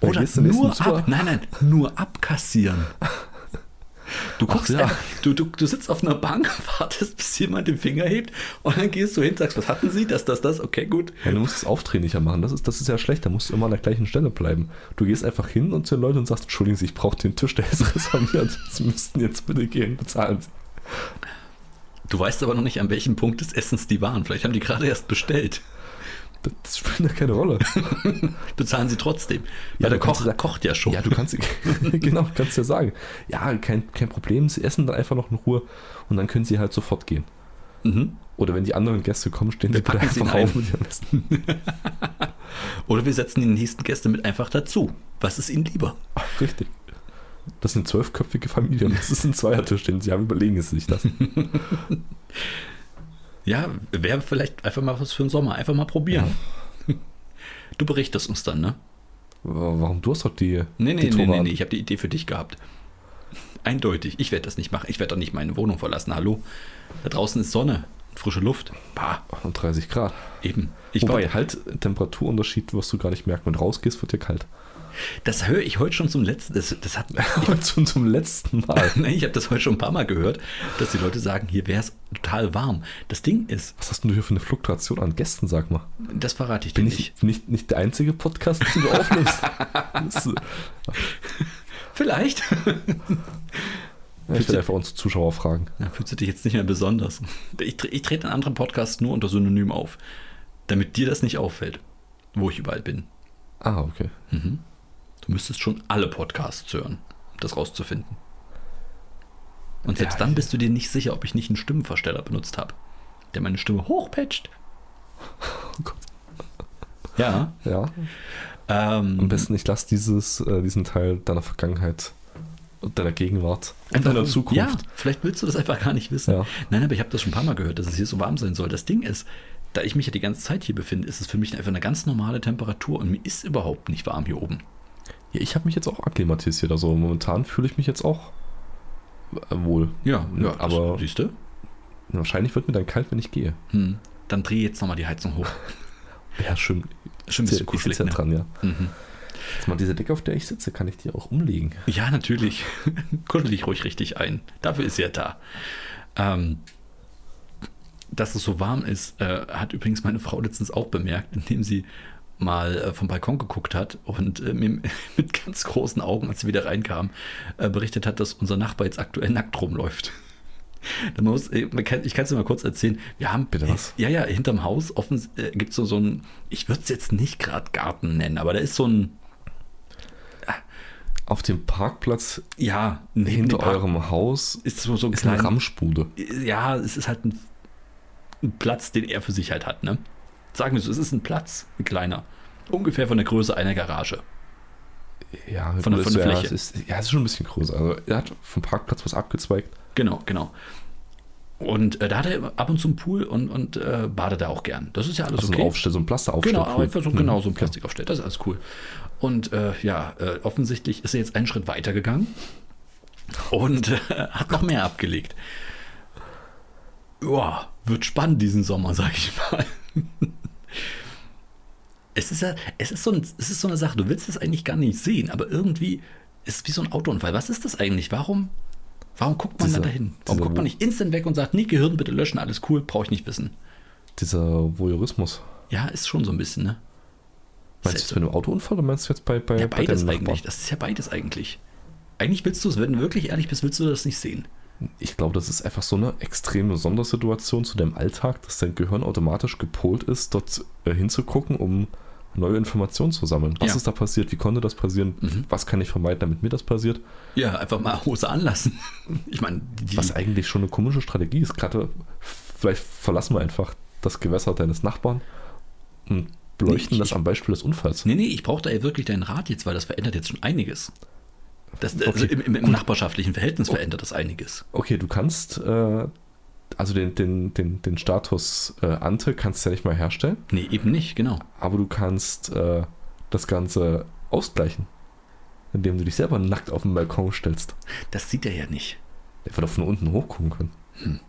[SPEAKER 2] Dann
[SPEAKER 1] Oder
[SPEAKER 2] gehst du in den
[SPEAKER 1] nur
[SPEAKER 2] nächsten
[SPEAKER 1] ab,
[SPEAKER 2] Supermarkt.
[SPEAKER 1] nein, nein, nur abkassieren. Du guckst,
[SPEAKER 2] ja.
[SPEAKER 1] äh, du, du, du sitzt auf einer Bank, *laughs* wartest, bis jemand den Finger hebt und dann gehst du hin, sagst, was hatten sie, das, das, das, okay, gut.
[SPEAKER 2] Ja, du musst das aufdringlicher machen, das ist, das ist ja schlecht, da musst du immer an der gleichen Stelle bleiben. Du gehst einfach hin und zu den Leuten und sagst, entschuldigen Sie, ich brauche den Tisch, der ist *laughs* reserviert, Sie müssten jetzt bitte gehen, bezahlen Sie.
[SPEAKER 1] Du weißt aber noch nicht, an welchem Punkt des Essens die waren. Vielleicht haben die gerade erst bestellt.
[SPEAKER 2] Das, das spielt ja keine Rolle.
[SPEAKER 1] Bezahlen sie trotzdem.
[SPEAKER 2] Ja,
[SPEAKER 1] Weil der
[SPEAKER 2] du kannst
[SPEAKER 1] Koch
[SPEAKER 2] da-
[SPEAKER 1] kocht ja schon.
[SPEAKER 2] Ja, du kannst, *laughs* genau, kannst ja sagen, ja, kein, kein Problem, Sie essen dann einfach noch in Ruhe und dann können Sie halt sofort gehen.
[SPEAKER 1] mhm.
[SPEAKER 2] Oder wenn die anderen Gäste kommen, stehen
[SPEAKER 1] Wir
[SPEAKER 2] sie bitte
[SPEAKER 1] packen sie
[SPEAKER 2] einfach
[SPEAKER 1] in
[SPEAKER 2] auf
[SPEAKER 1] einen.
[SPEAKER 2] mit ihrem Essen.
[SPEAKER 1] Oder wir setzen die nächsten Gäste mit einfach dazu. Was ist ihnen lieber? *laughs*
[SPEAKER 2] Richtig. Das ist eine zwölfköpfige Familie und das ist ein Zweiertisch, den sie haben, überlegen sie sich das.
[SPEAKER 1] Ja, wäre vielleicht einfach mal was für den Sommer. Einfach mal probieren. *laughs* Du berichtest uns dann, ne?
[SPEAKER 2] Warum du hast doch die.
[SPEAKER 1] Nee, nee,
[SPEAKER 2] die
[SPEAKER 1] nee,
[SPEAKER 2] Tore
[SPEAKER 1] nee,
[SPEAKER 2] an?
[SPEAKER 1] nee, ich habe die Idee für dich gehabt. Eindeutig. Ich werde das nicht machen. Ich werde doch nicht meine Wohnung verlassen. Hallo? Da draußen ist Sonne, frische Luft. Bah,
[SPEAKER 2] Und 30 Grad.
[SPEAKER 1] eben. Ich
[SPEAKER 2] Wobei,
[SPEAKER 1] war,
[SPEAKER 2] halt, Temperaturunterschied wirst du gar nicht merken. Wenn du rausgehst, wird
[SPEAKER 1] *laughs*
[SPEAKER 2] dir kalt.
[SPEAKER 1] das höre ich heute schon zum letzten. Das, das hat, *laughs*
[SPEAKER 2] Und schon zum letzten Mal.
[SPEAKER 1] nee, ich habe das heute schon ein paar Mal gehört, dass die Leute sagen, hier wäre es total warm. Das Ding ist,
[SPEAKER 2] Was hast denn du hier für eine Fluktuation an Gästen, sag mal?
[SPEAKER 1] das verrate ich dir
[SPEAKER 2] Bin
[SPEAKER 1] nicht.
[SPEAKER 2] ich nicht, nicht der einzige Podcast, den du
[SPEAKER 1] *laughs*
[SPEAKER 2] aufnimmst? Das ist-
[SPEAKER 1] Vielleicht.
[SPEAKER 2] Ja, ich will einfach unsere Zuschauer fragen.
[SPEAKER 1] *laughs* Dann fühlst du dich jetzt nicht mehr besonders. Ich, tre- ich trete in anderen Podcasts nur unter Synonym auf, damit dir das nicht auffällt, wo ich überall bin.
[SPEAKER 2] Ah, okay.
[SPEAKER 1] Mhm. Du müsstest schon alle Podcasts hören, um das rauszufinden. Und selbst
[SPEAKER 2] Ja,
[SPEAKER 1] dann
[SPEAKER 2] ich-
[SPEAKER 1] bist du dir nicht sicher, ob ich nicht einen Stimmenversteller benutzt habe, der meine Stimme hochpitcht.
[SPEAKER 2] Oh Gott.
[SPEAKER 1] Ja.
[SPEAKER 2] Ja. Am
[SPEAKER 1] Ähm,
[SPEAKER 2] besten, ich lasse dieses, äh, diesen Teil deiner Vergangenheit und deiner Gegenwart und
[SPEAKER 1] einfach-
[SPEAKER 2] deiner Zukunft.
[SPEAKER 1] Ja, vielleicht willst du das einfach gar nicht wissen.
[SPEAKER 2] Ja.
[SPEAKER 1] Nein, aber ich habe das schon ein paar Mal gehört, dass es hier so warm sein soll. Das Ding ist, da ich mich ja die ganze Zeit hier befinde, ist es für mich einfach eine ganz normale Temperatur und mir ist überhaupt nicht warm hier oben.
[SPEAKER 2] Ja, ich habe mich jetzt auch akklimatisiert. Also momentan fühle ich mich jetzt auch äh, wohl.
[SPEAKER 1] Ja,
[SPEAKER 2] ja, das-
[SPEAKER 1] aber siehst du?
[SPEAKER 2] Wahrscheinlich wird mir dann kalt, wenn ich gehe.
[SPEAKER 1] Hm. Dann dreh jetzt nochmal die Heizung hoch.
[SPEAKER 2] Ja,
[SPEAKER 1] Schon
[SPEAKER 2] schön.
[SPEAKER 1] ein
[SPEAKER 2] Ich
[SPEAKER 1] bisschen
[SPEAKER 2] sitze- ich
[SPEAKER 1] kuschelig.
[SPEAKER 2] sitze ja
[SPEAKER 1] Ne?
[SPEAKER 2] dran, ja.
[SPEAKER 1] Mhm.
[SPEAKER 2] Jetzt mal diese Decke, auf der ich sitze, kann ich dir auch umlegen.
[SPEAKER 1] Ja, natürlich. *laughs* Kuschel dich ruhig richtig ein. Dafür ist sie ja da. Ähm, dass es so warm ist, äh, hat übrigens meine Frau letztens auch bemerkt, indem sie mal äh, vom Balkon geguckt hat und äh, mir mit *laughs* ganz großen Augen, als sie wieder reinkam, äh, berichtet hat, dass unser Nachbar jetzt aktuell nackt rumläuft. *laughs* Da muss, äh, man kann, ich kann es dir mal kurz erzählen. Wir haben
[SPEAKER 2] Bitte was?
[SPEAKER 1] Ja, ja, hinterm Haus offen äh, gibt es so, so einen, ich würde es jetzt nicht gerade Garten nennen, aber da ist so ein,
[SPEAKER 2] Auf dem Parkplatz
[SPEAKER 1] ja, neben dem
[SPEAKER 2] hinter
[SPEAKER 1] Park-
[SPEAKER 2] eurem Haus
[SPEAKER 1] ist so, so ein
[SPEAKER 2] ist eine
[SPEAKER 1] kleiner
[SPEAKER 2] Ramspude.
[SPEAKER 1] ja, es ist halt ein, ein Platz, den er für sich halt hat, ne? Sagen wir so, es ist ein Platz, ein kleiner. Ungefähr von der Größe einer Garage.
[SPEAKER 2] Ja,
[SPEAKER 1] Von der-
[SPEAKER 2] gut,
[SPEAKER 1] von der
[SPEAKER 2] ja,
[SPEAKER 1] Fläche.
[SPEAKER 2] Es ist, ja, es ist schon ein bisschen größer. Also er hat vom Parkplatz was abgezweigt.
[SPEAKER 1] Genau, genau. Und äh, da hat er ab und zu einen Pool und, und äh, badet da auch gern. Das ist ja alles
[SPEAKER 2] Also
[SPEAKER 1] okay.
[SPEAKER 2] ein Aufstell, so ein Plasteraufstell.
[SPEAKER 1] Genau, aber einfach so,
[SPEAKER 2] Hm.
[SPEAKER 1] genau, so ein Plastikaufsteller. Das ist alles cool. Und äh, ja, äh, offensichtlich ist er jetzt einen Schritt weiter gegangen und äh, hat noch mehr abgelegt. Ja, wird spannend diesen Sommer, sag ich mal. Es ist ja, es ist so, ein, es ist so eine Sache, du willst es eigentlich gar nicht sehen, aber irgendwie ist es wie so ein Autounfall. Was ist das eigentlich? Warum, warum guckt man
[SPEAKER 2] Dieser-
[SPEAKER 1] da dahin? Warum
[SPEAKER 2] dieser
[SPEAKER 1] guckt man
[SPEAKER 2] Wu-
[SPEAKER 1] nicht instant weg und sagt, nee, Gehirn bitte löschen, alles cool, brauche ich nicht wissen.
[SPEAKER 2] Dieser Voyeurismus.
[SPEAKER 1] Ja, ist schon so ein bisschen, ne?
[SPEAKER 2] Meinst du jetzt bei einem Autounfall oder meinst du jetzt bei, bei,
[SPEAKER 1] Ja,
[SPEAKER 2] bei
[SPEAKER 1] beides
[SPEAKER 2] deinem
[SPEAKER 1] eigentlich. Das ist ja beides eigentlich. Eigentlich willst du es, wenn du wirklich ehrlich bist, willst du das nicht sehen.
[SPEAKER 2] Ich glaube, das ist einfach so eine extreme Sondersituation zu deinem Alltag, dass dein Gehirn automatisch gepolt ist, dort äh, hinzugucken, um neue Informationen zu sammeln. Was
[SPEAKER 1] Ja. Mhm.
[SPEAKER 2] ist da passiert? Wie konnte das passieren? Was kann ich vermeiden, damit mir das passiert?
[SPEAKER 1] Ja, einfach mal Hose anlassen. *laughs* Ich meine, die,
[SPEAKER 2] Was eigentlich schon eine komische Strategie ist. Gerade äh, vielleicht verlassen wir einfach das Gewässer deines Nachbarn und beleuchten
[SPEAKER 1] Nee, ich-
[SPEAKER 2] das am Beispiel des Unfalls.
[SPEAKER 1] nee, nee, ich brauche da ja wirklich deinen Rat jetzt, weil das verändert jetzt schon einiges. Das, also
[SPEAKER 2] Okay,
[SPEAKER 1] im, im, im nachbarschaftlichen Verhältnis verändert das einiges.
[SPEAKER 2] Okay, du kannst äh, also den, den, den, den Status äh, Ante kannst du ja nicht mal herstellen,
[SPEAKER 1] Nee, eben nicht, genau.
[SPEAKER 2] aber du kannst äh, das Ganze ausgleichen, indem du dich selber nackt auf den Balkon stellst.
[SPEAKER 1] Das sieht er ja nicht.
[SPEAKER 2] Der wird auch von unten hochgucken können.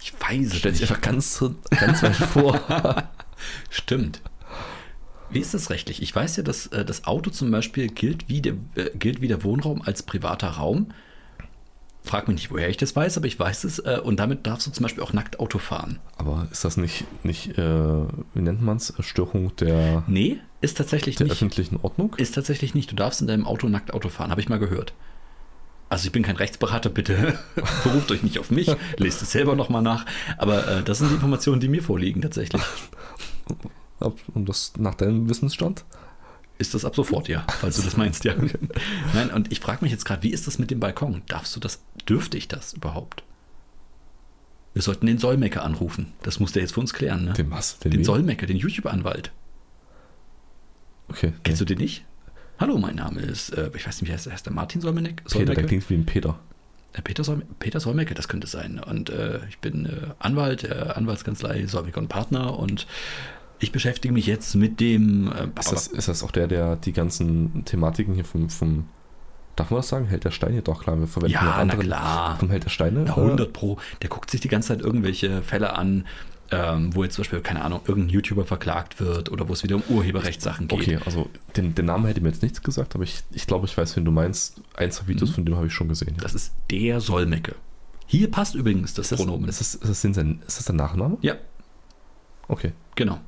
[SPEAKER 1] Ich weiß es
[SPEAKER 2] Stell dich
[SPEAKER 1] nicht.
[SPEAKER 2] einfach ganz, ganz weit vor.
[SPEAKER 1] *laughs* Stimmt. Wie ist das rechtlich? Ich weiß ja, dass äh, das Auto zum Beispiel gilt wie, der, äh, gilt wie der Wohnraum als privater Raum. Frag mich nicht, woher ich das weiß, aber ich weiß es. Äh, und damit darfst du zum Beispiel auch nackt Auto fahren.
[SPEAKER 2] Aber ist das nicht, nicht äh, wie nennt man es, Störung der,
[SPEAKER 1] Nee, ist tatsächlich
[SPEAKER 2] der
[SPEAKER 1] nicht.
[SPEAKER 2] öffentlichen Ordnung?
[SPEAKER 1] Ist tatsächlich nicht. Du darfst in deinem Auto nackt Auto fahren, habe ich mal gehört. Also ich bin kein Rechtsberater, bitte *laughs* beruft euch nicht auf mich,
[SPEAKER 2] *laughs*
[SPEAKER 1] lest es selber nochmal nach. Aber äh, das sind die Informationen, die mir vorliegen tatsächlich.
[SPEAKER 2] Ob- Und das nach deinem Wissensstand?
[SPEAKER 1] Ist das ab sofort, ja, falls du das meinst,
[SPEAKER 2] *laughs*
[SPEAKER 1] ja. Nein, und ich frage mich jetzt gerade, wie ist das mit dem Balkon? Darfst du das, dürfte ich das überhaupt? Wir sollten den Solmecke anrufen. Das muss der jetzt für uns klären, ne? Den,
[SPEAKER 2] Den was? Den, wen?
[SPEAKER 1] Solmecke, den YouTube-Anwalt.
[SPEAKER 2] Okay.
[SPEAKER 1] Kennst du den nicht? Hallo, mein Name ist, äh, ich weiß nicht, wie heißt, heißt der Martin Solmenek?
[SPEAKER 2] Peter, der
[SPEAKER 1] Solmecke?
[SPEAKER 2] klingt wie ein Peter.
[SPEAKER 1] Äh, Peter, Solme Peter Solmecke, das könnte sein. Und äh, ich bin äh, Anwalt der Anwaltskanzlei Solmecke und Partner und ich beschäftige mich jetzt mit dem. Äh,
[SPEAKER 2] Ist das, ist das auch der, der die ganzen Thematiken hier vom, vom darf man das sagen, Held der Steine? Doch, klar, wir verwenden
[SPEAKER 1] Ja,
[SPEAKER 2] noch
[SPEAKER 1] na klar.
[SPEAKER 2] vom Held der Steine.
[SPEAKER 1] Na,
[SPEAKER 2] äh,
[SPEAKER 1] 100 Pro. Der guckt sich die ganze Zeit irgendwelche Fälle an, ähm, wo jetzt zum Beispiel, keine Ahnung, irgendein YouTuber verklagt wird oder wo es wieder um Urheberrechtssachen geht.
[SPEAKER 2] Okay, also den, den Namen hätte mir jetzt nichts gesagt, aber ich, ich glaube, ich weiß, wen du meinst. Ein, zwei Videos
[SPEAKER 1] Mhm.
[SPEAKER 2] von dem habe ich schon gesehen. ja.
[SPEAKER 1] Das ist der Solmecke. Hier passt übrigens das,
[SPEAKER 2] Ist das,
[SPEAKER 1] Pronomen.
[SPEAKER 2] ist, das, ist, das denn sein, ist das der Nachname?
[SPEAKER 1] ja,
[SPEAKER 2] Okay.
[SPEAKER 1] genau.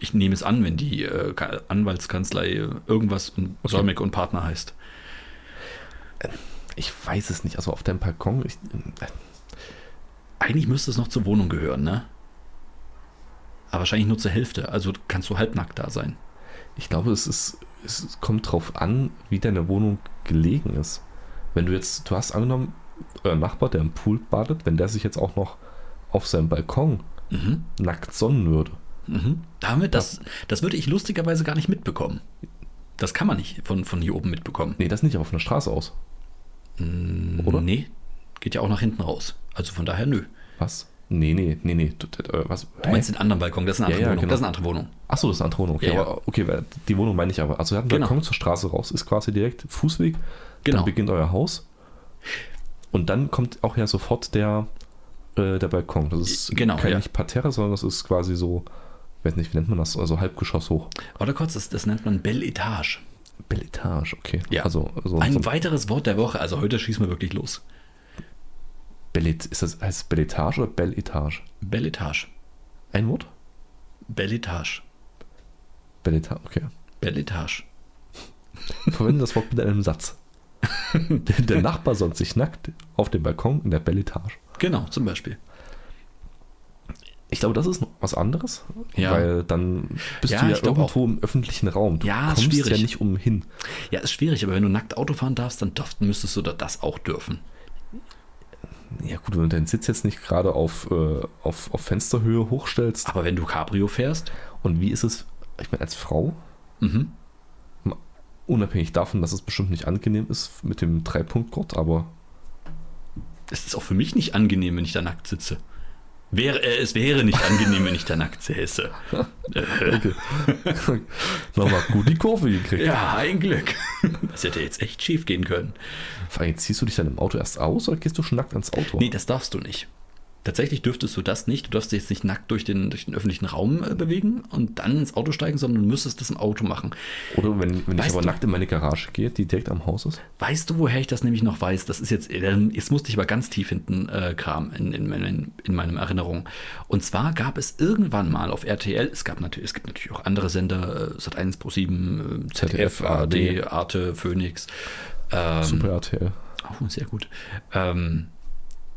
[SPEAKER 1] Ich nehme es an, wenn die äh, Ka- Anwaltskanzlei äh, irgendwas und Solmecke und Partner heißt.
[SPEAKER 2] Ich weiß es nicht. Also auf dem Balkon. Ich,
[SPEAKER 1] Eigentlich müsste es noch zur Wohnung gehören, ne? Aber wahrscheinlich nur zur Hälfte. Also kannst du halbnackt da sein.
[SPEAKER 2] ich glaube, es ist. Es kommt drauf an, wie deine Wohnung gelegen ist. Wenn du jetzt, du hast angenommen, euer Nachbar, der im Pool badet, wenn der sich jetzt auch noch auf seinem Balkon
[SPEAKER 1] Mhm.
[SPEAKER 2] nackt sonnen würde.
[SPEAKER 1] Mhm. Damit, das, das würde ich lustigerweise gar nicht mitbekommen. Das kann man nicht von, von hier oben mitbekommen.
[SPEAKER 2] Nee, das nicht, aber von der Straße aus.
[SPEAKER 1] Oder? Nee, geht ja auch nach hinten raus. Also von daher, nö.
[SPEAKER 2] Was? Nee, nee, nee, nee. Du, du, äh, was?
[SPEAKER 1] Du meinst den anderen Balkon, das ist eine
[SPEAKER 2] Ja,
[SPEAKER 1] andere
[SPEAKER 2] ja,
[SPEAKER 1] Wohnung.
[SPEAKER 2] genau.
[SPEAKER 1] Das ist eine andere Wohnung.
[SPEAKER 2] Achso, das ist eine andere Wohnung. Okay,
[SPEAKER 1] Ja, ja.
[SPEAKER 2] aber okay, weil die Wohnung meine ich aber. Also, wir hatten
[SPEAKER 1] Genau.
[SPEAKER 2] Balkon zur Straße raus, ist quasi direkt Fußweg.
[SPEAKER 1] Genau.
[SPEAKER 2] Dann beginnt euer Haus. Und dann kommt auch ja sofort der, äh, der Balkon. Das ist
[SPEAKER 1] Genau,
[SPEAKER 2] kein
[SPEAKER 1] ja.
[SPEAKER 2] nicht Parterre, sondern das ist quasi so, ich weiß nicht, wie nennt man das? Also Halbgeschoss hoch.
[SPEAKER 1] Warte kurz, das, das nennt man Belle Etage.
[SPEAKER 2] Belle Etage, okay.
[SPEAKER 1] Ja.
[SPEAKER 2] Also, so, so
[SPEAKER 1] Ein weiteres Wort der Woche. Also heute schießen wir wirklich los.
[SPEAKER 2] Belle, ist das, heißt es Belle Etage oder Belle Etage?
[SPEAKER 1] Belle Etage.
[SPEAKER 2] Ein Wort?
[SPEAKER 1] Belle Etage.
[SPEAKER 2] Belle Etage, okay. *laughs*
[SPEAKER 1] Belle Etage.
[SPEAKER 2] Verwende das Wort mit einem Satz. der Nachbar sonnt sich nackt auf dem Balkon in der Belle Etage.
[SPEAKER 1] Genau, zum Beispiel.
[SPEAKER 2] Ich glaube, das ist noch was anderes,
[SPEAKER 1] Ja.
[SPEAKER 2] weil dann bist
[SPEAKER 1] Ja,
[SPEAKER 2] du ja
[SPEAKER 1] ich glaub
[SPEAKER 2] irgendwo im öffentlichen Raum. Du
[SPEAKER 1] Ja, ist
[SPEAKER 2] kommst
[SPEAKER 1] schwierig.
[SPEAKER 2] ja nicht umhin.
[SPEAKER 1] Ja, ist schwierig, aber wenn du nackt Auto fahren darfst, dann dürft, müsstest du da das auch dürfen.
[SPEAKER 2] Ja gut, wenn du deinen Sitz jetzt nicht gerade auf, äh, auf, auf Fensterhöhe hochstellst.
[SPEAKER 1] Aber wenn du Cabrio fährst,
[SPEAKER 2] Ah. Und wie ist es, ich meine, als Frau,
[SPEAKER 1] mhm.
[SPEAKER 2] unabhängig davon, dass es bestimmt nicht angenehm ist mit dem Dreipunktgurt, aber
[SPEAKER 1] es ist auch für mich nicht angenehm, wenn ich da nackt sitze. Wäre, äh, es wäre nicht angenehm, wenn ich da nackt säße.
[SPEAKER 2] Äh. *laughs* nochmal gut die Kurve gekriegt.
[SPEAKER 1] *laughs* Ja, ein Glück. *laughs* Das hätte jetzt echt schief gehen können.
[SPEAKER 2] Vor allem ziehst du dich dann im Auto erst aus oder gehst du schon nackt ans Auto?
[SPEAKER 1] Nee, das darfst du nicht. Tatsächlich dürftest du das nicht. Du darfst dich jetzt nicht nackt durch den, durch den öffentlichen Raum äh, bewegen und dann ins Auto steigen, sondern du müsstest das im Auto machen.
[SPEAKER 2] Oder wenn, wenn ich
[SPEAKER 1] Weißt
[SPEAKER 2] aber
[SPEAKER 1] du-
[SPEAKER 2] nackt in meine Garage gehe, die direkt am Haus ist?
[SPEAKER 1] Weißt du, woher ich das nämlich noch weiß? Das ist jetzt, ähm, jetzt musste ich aber ganz tief hinten äh, kramen in, in, meinen- in meinem Erinnerung. Und zwar gab es irgendwann mal auf RTL, es gab natürlich, es gibt natürlich auch andere Sender, äh, Sat1 Pro äh, 7, ZDF,
[SPEAKER 2] ZDF,
[SPEAKER 1] ARD, Arte, Phoenix. Ähm,
[SPEAKER 2] Super RTL.
[SPEAKER 1] Oh, sehr gut. Ähm,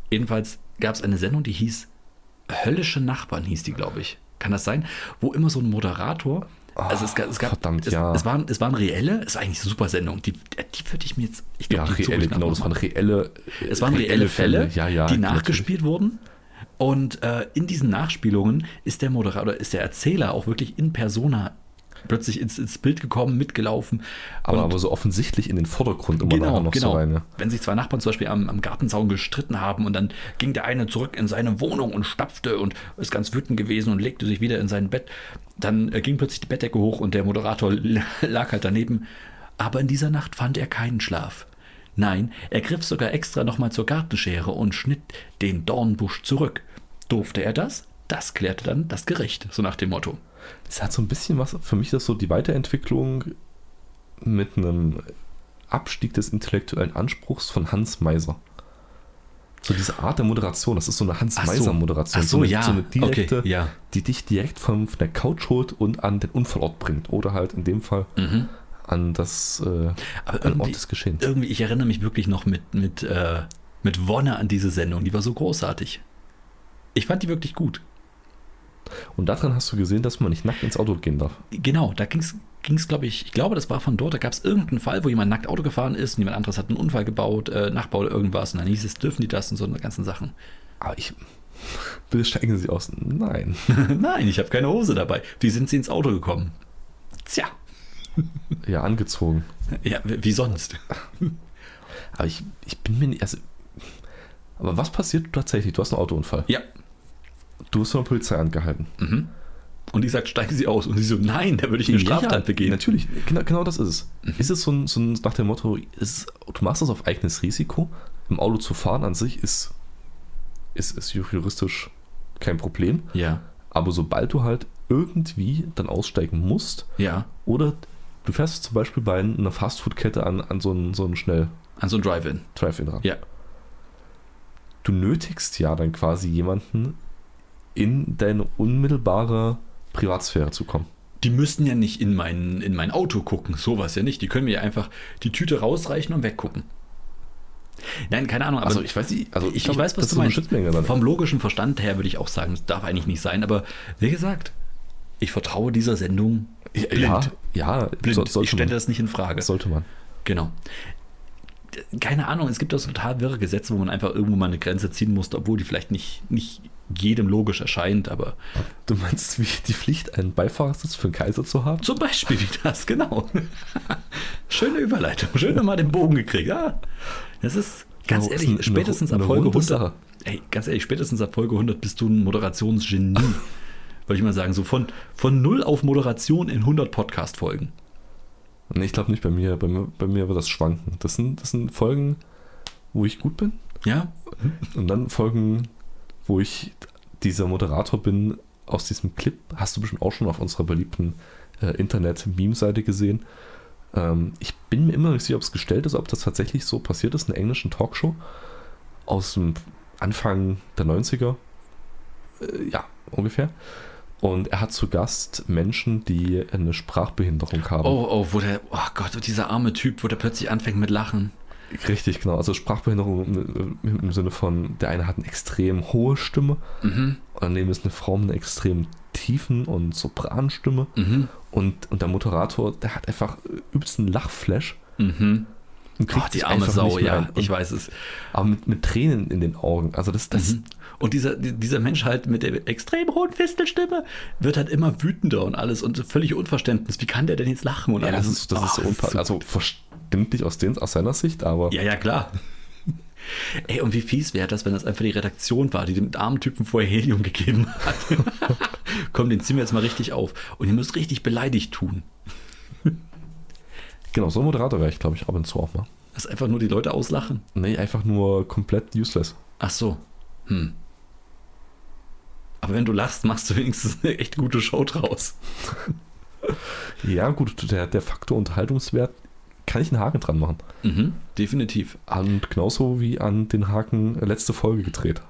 [SPEAKER 1] jedenfalls gab es eine Sendung, die hieß Höllische Nachbarn, hieß die, glaube ich. Kann das sein? Wo immer so ein Moderator. Also es, ga- es gab,
[SPEAKER 2] Oh, verdammt,
[SPEAKER 1] es,
[SPEAKER 2] ja.
[SPEAKER 1] es, waren, es waren reelle, es war eigentlich eine super Sendung. Die, die würde ich mir jetzt, ich
[SPEAKER 2] Ja,
[SPEAKER 1] glaube, die
[SPEAKER 2] reelle,
[SPEAKER 1] suche ich
[SPEAKER 2] genau,
[SPEAKER 1] nach
[SPEAKER 2] das
[SPEAKER 1] nochmal.
[SPEAKER 2] waren reelle
[SPEAKER 1] Es waren reelle Fälle,
[SPEAKER 2] Ja, ja, genau.
[SPEAKER 1] die
[SPEAKER 2] natürlich.
[SPEAKER 1] nachgespielt wurden. Und äh, in diesen Nachspielungen ist der Moderator, ist der Erzähler auch wirklich in Persona plötzlich ins, ins Bild gekommen, mitgelaufen.
[SPEAKER 2] Aber,
[SPEAKER 1] Und-
[SPEAKER 2] aber so offensichtlich in den Vordergrund immer
[SPEAKER 1] Genau,
[SPEAKER 2] nachher noch
[SPEAKER 1] genau.
[SPEAKER 2] so rein. ne? ja.
[SPEAKER 1] Wenn sich zwei Nachbarn zum Beispiel am, am Gartenzaun gestritten haben und dann ging der eine zurück in seine Wohnung und stapfte und ist ganz wütend gewesen und legte sich wieder in sein Bett, dann äh, ging plötzlich die Bettdecke hoch und der Moderator *laughs* l- lag halt daneben. Aber in dieser Nacht fand er keinen Schlaf. Nein, er griff sogar extra nochmal zur Gartenschere und schnitt den Dornbusch zurück. Durfte er das? Das klärte dann das Gericht, so nach dem Motto.
[SPEAKER 2] Es hat so ein bisschen was, für mich ist das so die Weiterentwicklung mit einem Abstieg des intellektuellen Anspruchs von Hans Meiser. So diese Art der Moderation, das ist so eine Hans
[SPEAKER 1] Ach so.
[SPEAKER 2] Meiser-Moderation.
[SPEAKER 1] Ach so,
[SPEAKER 2] eine,
[SPEAKER 1] ja.
[SPEAKER 2] so eine
[SPEAKER 1] Okay,
[SPEAKER 2] direkte,
[SPEAKER 1] ja.
[SPEAKER 2] die dich direkt vom, von der Couch holt und an den Unfallort bringt. Oder halt in dem Fall
[SPEAKER 1] Mhm.
[SPEAKER 2] an das äh,
[SPEAKER 1] Aber
[SPEAKER 2] an den
[SPEAKER 1] irgendwie-
[SPEAKER 2] Ort des Geschehens.
[SPEAKER 1] Irgendwie, ich erinnere mich wirklich noch mit, mit, äh, mit Wonne an diese Sendung. Die war so großartig. Ich fand die wirklich gut.
[SPEAKER 2] Und daran hast du gesehen, dass man nicht nackt ins Auto gehen darf.
[SPEAKER 1] Genau, da ging es, glaube ich, ich glaube, das war von dort. Da gab es irgendeinen Fall, wo jemand nackt Auto gefahren ist und jemand anderes hat einen Unfall gebaut, äh, Nachbar oder irgendwas. Und dann hieß es, dürfen die das und so eine ganzen Sachen. *laughs*
[SPEAKER 2] Aber ich. Bitte steigen Sie aus. Nein. *laughs*
[SPEAKER 1] Nein, ich habe keine Hose dabei. Wie sind sie ins Auto gekommen? Tja,
[SPEAKER 2] Ja, angezogen.
[SPEAKER 1] ja, wie wie sonst?
[SPEAKER 2] Aber ich, ich bin mir nicht. Also, aber was passiert tatsächlich? Du hast einen Autounfall.
[SPEAKER 1] Ja.
[SPEAKER 2] Du wirst von der Polizei angehalten.
[SPEAKER 1] Mhm. Und ich sage, steigen sie aus. Und sie so, nein, da würde ich eine Straftat begehen. Mhm.
[SPEAKER 2] Natürlich, genau, genau das ist es. Ist es so ein, so ein nach dem Motto, ist, du machst das auf eigenes Risiko? Im Auto zu fahren an sich ist, ist, ist juristisch kein Problem.
[SPEAKER 1] Ja,
[SPEAKER 2] Aber sobald du halt irgendwie dann aussteigen musst,
[SPEAKER 1] ja.
[SPEAKER 2] oder du fährst zum Beispiel bei einer Fastfood-Kette an, an so einen, so einen Schnell-Drive-In
[SPEAKER 1] An so ein Drive-In.
[SPEAKER 2] ran.
[SPEAKER 1] Ja.
[SPEAKER 2] du nötigst ja dann quasi jemanden in deine unmittelbare Privatsphäre zu kommen.
[SPEAKER 1] die müssten ja nicht in mein, in mein Auto gucken, sowas ja nicht. Die können mir ja einfach die Tüte rausreichen und weggucken. Nein, keine Ahnung. Aber
[SPEAKER 2] Also ich weiß nicht, also
[SPEAKER 1] ich,
[SPEAKER 2] glaube,
[SPEAKER 1] ich weiß,
[SPEAKER 2] das
[SPEAKER 1] was
[SPEAKER 2] ist
[SPEAKER 1] du
[SPEAKER 2] so eine
[SPEAKER 1] meinst.
[SPEAKER 2] Schnittmenge dann.
[SPEAKER 1] Vom logischen Verstand her würde ich auch sagen, das darf eigentlich nicht sein. Aber wie gesagt, ich vertraue dieser Sendung blind.
[SPEAKER 2] Ja, ja
[SPEAKER 1] blind.
[SPEAKER 2] so-
[SPEAKER 1] ich
[SPEAKER 2] sollte,
[SPEAKER 1] stelle
[SPEAKER 2] man,
[SPEAKER 1] das nicht in Frage.
[SPEAKER 2] sollte man.
[SPEAKER 1] Genau. D- Keine Ahnung, es gibt auch so total wirre Gesetze, wo man einfach irgendwo mal eine Grenze ziehen musste, obwohl die vielleicht nicht, nicht jedem logisch erscheint, aber
[SPEAKER 2] Du meinst, wie die Pflicht, einen Beifahrersitz für einen Kaiser zu haben?
[SPEAKER 1] zum Beispiel wie das, genau. *laughs* Schöne Überleitung, schön nochmal den Bogen gekriegt. Ja. Das ist, ganz
[SPEAKER 2] Ja, ist
[SPEAKER 1] ehrlich,
[SPEAKER 2] eine-
[SPEAKER 1] spätestens
[SPEAKER 2] eine
[SPEAKER 1] ab Folge
[SPEAKER 2] runde
[SPEAKER 1] 100,
[SPEAKER 2] Sache.
[SPEAKER 1] ey, ganz ehrlich, spätestens ab Folge 100 bist du ein Moderationsgenie, *laughs* würde ich mal sagen. So von, von null auf Moderation in 100 Podcast-Folgen.
[SPEAKER 2] Nee, ich glaube nicht bei mir. Bei mir, bei mir wird das schwanken. Das sind, das sind Folgen, wo ich gut bin.
[SPEAKER 1] Ja,
[SPEAKER 2] Und dann Folgen, wo ich dieser Moderator bin aus diesem Clip. Hast du bestimmt auch schon auf unserer beliebten äh, Internet-Meme-Seite gesehen. Ähm, ich bin mir immer nicht sicher, ob es gestellt ist, ob das tatsächlich so passiert ist. Eine englischen Talkshow aus dem Anfang der 90er. Äh, ja, ungefähr. Und er hat zu Gast Menschen, die eine Sprachbehinderung haben.
[SPEAKER 1] oh, oh, wo der, oh Gott, dieser arme Typ, wo der plötzlich anfängt mit Lachen.
[SPEAKER 2] Richtig, genau. Also Sprachbehinderung im, im- im Sinne von, der eine hat eine extrem hohe Stimme
[SPEAKER 1] Mhm,
[SPEAKER 2] und daneben Äh, ist eine Frau mit einer extrem tiefen und Sopranstimme
[SPEAKER 1] mhm,
[SPEAKER 2] und, und der Moderator, der hat einfach übelsten Lachflash
[SPEAKER 1] mhm.
[SPEAKER 2] und
[SPEAKER 1] Oh,
[SPEAKER 2] sich
[SPEAKER 1] die arme
[SPEAKER 2] einfach
[SPEAKER 1] Sau,
[SPEAKER 2] nicht mehr
[SPEAKER 1] ja,
[SPEAKER 2] ein.
[SPEAKER 1] ich
[SPEAKER 2] und,
[SPEAKER 1] weiß es.
[SPEAKER 2] aber mit, mit Tränen in den Augen. Also das, das
[SPEAKER 1] Mhm. Und dieser, die- dieser Mensch halt mit der extrem hohen Fistelstimme wird halt immer wütender und alles und völlig Unverständnis. Wie kann der denn jetzt lachen und
[SPEAKER 2] ja,
[SPEAKER 1] alles?
[SPEAKER 2] das ist, das ist so
[SPEAKER 1] Ach,
[SPEAKER 2] unpassend. Also verständlich aus, den, aus seiner Sicht,
[SPEAKER 1] ah,
[SPEAKER 2] aber
[SPEAKER 1] Ja, ja, klar. *laughs* Ey, und wie fies wäre das, wenn das einfach die Redaktion war, die dem armen Typen vorher Helium gegeben hat? *laughs* Komm, den ziehen wir jetzt mal richtig auf. Und ihr müsst richtig beleidigt tun.
[SPEAKER 2] genau, so ein Moderator wäre ich, glaube ich, ab und zu auch mal.
[SPEAKER 1] Dass einfach nur die Leute auslachen.
[SPEAKER 2] Nee, einfach nur komplett useless.
[SPEAKER 1] Ach so. Hm. Aber wenn du lachst, machst du wenigstens eine echt gute Show draus.
[SPEAKER 2] Ja, gut, der, der Faktor Unterhaltungswert kann ich einen Haken dran machen.
[SPEAKER 1] Mhm, definitiv.
[SPEAKER 2] Und genauso wie an den Haken letzte Folge gedreht.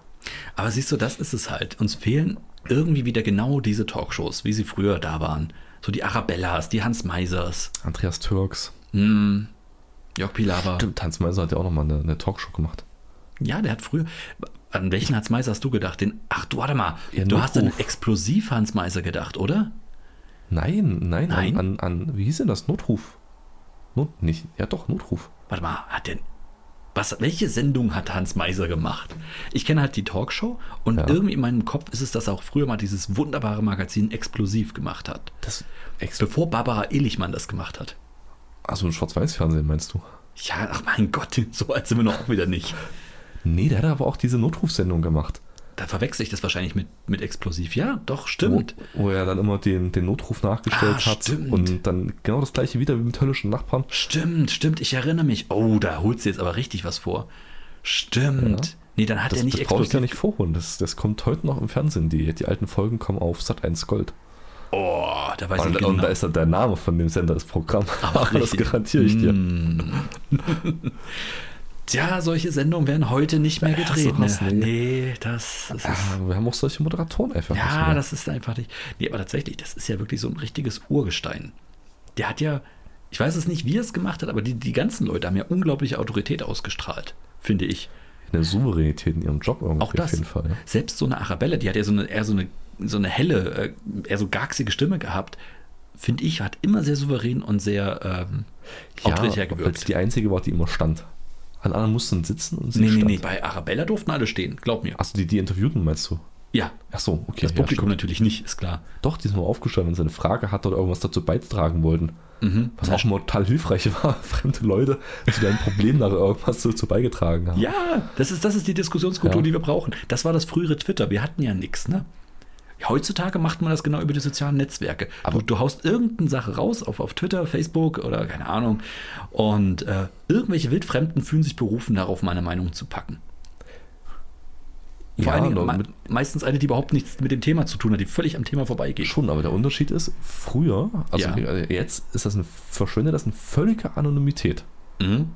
[SPEAKER 1] Aber siehst du, das ist es halt. Uns fehlen irgendwie wieder genau diese Talkshows, wie sie früher da waren. So die Arabellas, die Hans Meisers,
[SPEAKER 2] Andreas Türks.
[SPEAKER 1] hm, Jörg Pilawa.
[SPEAKER 2] Stimmt, Hans Meiser hat ja auch nochmal eine, eine Talkshow gemacht.
[SPEAKER 1] Ja, der hat früher. An welchen Hans Meiser hast du gedacht? Den, ach du, warte mal.
[SPEAKER 2] Ja,
[SPEAKER 1] du hast an den
[SPEAKER 2] Notruf.
[SPEAKER 1] Explosiv Hans Meiser gedacht, oder?
[SPEAKER 2] Nein, nein,
[SPEAKER 1] Nein?
[SPEAKER 2] An, an, an, wie hieß denn das? Notruf. Not, nicht, ja doch, Notruf.
[SPEAKER 1] Warte mal, hat der. Was, welche Sendung hat Hans Meiser gemacht? Ich kenne halt die Talkshow und
[SPEAKER 2] Ja.
[SPEAKER 1] irgendwie in meinem Kopf ist es, dass er auch früher mal dieses wunderbare Magazin Explosiv gemacht hat.
[SPEAKER 2] Das Ex
[SPEAKER 1] Bevor Barbara Illichmann das gemacht hat.
[SPEAKER 2] also ein Schwarz-Weiß-Fernsehen, meinst du?
[SPEAKER 1] Ja, ach mein Gott, *laughs* so alt sind wir noch auch wieder nicht.
[SPEAKER 2] Nee, der hat aber auch diese Notrufsendung gemacht.
[SPEAKER 1] Da verwechsel ich das wahrscheinlich mit, mit Explosiv. Ja, doch, stimmt.
[SPEAKER 2] Wo, wo er dann immer den, den Notruf nachgestellt
[SPEAKER 1] Ah,
[SPEAKER 2] hat.
[SPEAKER 1] stimmt.
[SPEAKER 2] Und dann genau das gleiche wieder wie mit höllischen Nachbarn.
[SPEAKER 1] Stimmt, stimmt, ich erinnere mich. Oh, da holst du jetzt aber richtig was vor. Stimmt.
[SPEAKER 2] Ja.
[SPEAKER 1] Nee, dann hat
[SPEAKER 2] Das,
[SPEAKER 1] er nicht
[SPEAKER 2] das brauche ich gar
[SPEAKER 1] explosiv.
[SPEAKER 2] nicht vorholen. Das, das kommt heute noch im Fernsehen. Die, die alten Folgen kommen auf Sat1 Gold.
[SPEAKER 1] Oh, da weiß ich
[SPEAKER 2] Und, und da ist dann der Name von dem Sender, das Programm. *laughs*
[SPEAKER 1] Aber
[SPEAKER 2] das
[SPEAKER 1] richtig. Hm.
[SPEAKER 2] garantiere ich dir.
[SPEAKER 1] Tja, solche Sendungen werden heute nicht mehr
[SPEAKER 2] Ja,
[SPEAKER 1] gedreht.
[SPEAKER 2] sowas,
[SPEAKER 1] ne?
[SPEAKER 2] nee.
[SPEAKER 1] Nee, das, das ist.
[SPEAKER 2] Ah, wir haben auch solche Moderatoren einfach. nicht
[SPEAKER 1] Ja,
[SPEAKER 2] mehr.
[SPEAKER 1] das ist einfach nicht. Nee, aber tatsächlich, das ist ja wirklich so ein richtiges Urgestein. Der hat ja, ich weiß es nicht, wie er es gemacht hat, aber die, die ganzen Leute haben ja unglaubliche Autorität ausgestrahlt, finde ich.
[SPEAKER 2] eine Souveränität in ihrem Job irgendwie
[SPEAKER 1] Auch das.
[SPEAKER 2] auf jeden Fall. Ja.
[SPEAKER 1] Selbst so eine Arabella, die hat ja so eine, eher so eine, so eine helle, äh, eher so garxige Stimme gehabt, finde ich, hat immer sehr souverän und sehr ähm, autoritär
[SPEAKER 2] Ja, weil sie
[SPEAKER 1] gewirkt.
[SPEAKER 2] die einzige war, die immer stand. Alle anderen mussten sitzen und sie
[SPEAKER 1] Nee, nee,
[SPEAKER 2] stand.
[SPEAKER 1] nee, bei Arabella durften alle stehen, glaub mir.
[SPEAKER 2] Achso, die, die interviewten, meinst du?
[SPEAKER 1] Ja,
[SPEAKER 2] Ach so, okay.
[SPEAKER 1] das
[SPEAKER 2] ja,
[SPEAKER 1] Publikum
[SPEAKER 2] stimmt.
[SPEAKER 1] natürlich nicht, ist klar.
[SPEAKER 2] Doch, die sind mal aufgestanden, wenn sie eine Frage hatten oder irgendwas dazu beitragen wollten.
[SPEAKER 1] Mhm.
[SPEAKER 2] Was auch schon mal total hilfreich *laughs* war, fremde Leute zu deinem Problem nach irgendwas dazu beigetragen haben.
[SPEAKER 1] Ja, das ist, das ist die Diskussionskultur,
[SPEAKER 2] Ja.
[SPEAKER 1] die wir brauchen. Das war das frühere Twitter. Wir hatten ja nichts, ne? Heutzutage macht man das genau über die sozialen Netzwerke. du, du haust irgendeine Sache raus auf, auf Twitter, Facebook oder keine Ahnung. Und äh, irgendwelche Wildfremden fühlen sich berufen, darauf meine Meinung zu packen. Vor
[SPEAKER 2] Ja,
[SPEAKER 1] allen Dingen
[SPEAKER 2] aber
[SPEAKER 1] me
[SPEAKER 2] mit-
[SPEAKER 1] meistens eine, die überhaupt nichts mit dem Thema zu tun hat, die völlig am Thema vorbeigeht.
[SPEAKER 2] Schon, aber der Unterschied ist, früher, also
[SPEAKER 1] Ja.
[SPEAKER 2] jetzt ist das ein, verschwindet das in völliger Anonymität.
[SPEAKER 1] Mhm.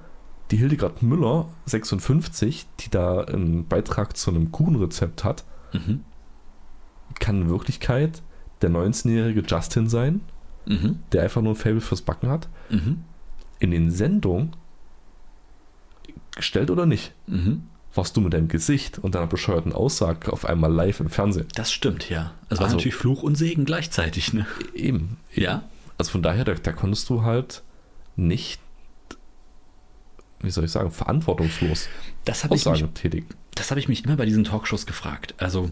[SPEAKER 2] die Hildegard Müller, 56, die da einen Beitrag zu einem Kuchenrezept hat,
[SPEAKER 1] Mhm.
[SPEAKER 2] kann in Wirklichkeit der 19-jährige Justin sein,
[SPEAKER 1] Mhm.
[SPEAKER 2] der einfach nur ein Faible fürs Backen hat.
[SPEAKER 1] Mhm.
[SPEAKER 2] In den Sendungen gestellt oder nicht,
[SPEAKER 1] Mhm.
[SPEAKER 2] warst du mit deinem Gesicht und deiner bescheuerten Aussage auf einmal live im Fernsehen.
[SPEAKER 1] Das stimmt, ja. Es war
[SPEAKER 2] Also-
[SPEAKER 1] natürlich Fluch und Segen gleichzeitig, ne?
[SPEAKER 2] E-, Eben.
[SPEAKER 1] Ja.
[SPEAKER 2] Also von daher, da, da konntest du halt nicht, wie soll ich sagen, verantwortungslos
[SPEAKER 1] Das habe ich mich
[SPEAKER 2] Aussagen tätigen.
[SPEAKER 1] das habe ich mich immer bei diesen Talkshows gefragt. Also,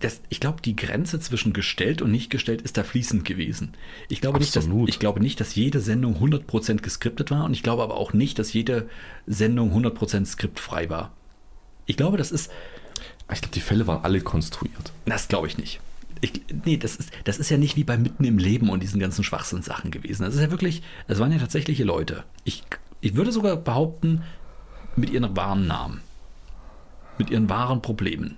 [SPEAKER 1] das, ich glaube, die Grenze zwischen gestellt und nicht gestellt ist da fließend gewesen. Ich glaube, nicht, dass,
[SPEAKER 2] Absolut.
[SPEAKER 1] ich glaube nicht, dass jede Sendung 100% geskriptet war und ich glaube aber auch nicht, dass jede Sendung 100% skriptfrei war. Ich glaube, das ist,
[SPEAKER 2] Ich glaube, die Fälle waren alle konstruiert.
[SPEAKER 1] das glaube ich nicht. Ich, nee, das ist, das ist ja nicht wie bei Mitten im Leben und diesen ganzen Schwachsinnsachen gewesen. Das ist ja wirklich, das waren ja tatsächliche Leute. Ich, ich würde sogar behaupten, mit ihren wahren Namen. Mit ihren wahren Problemen.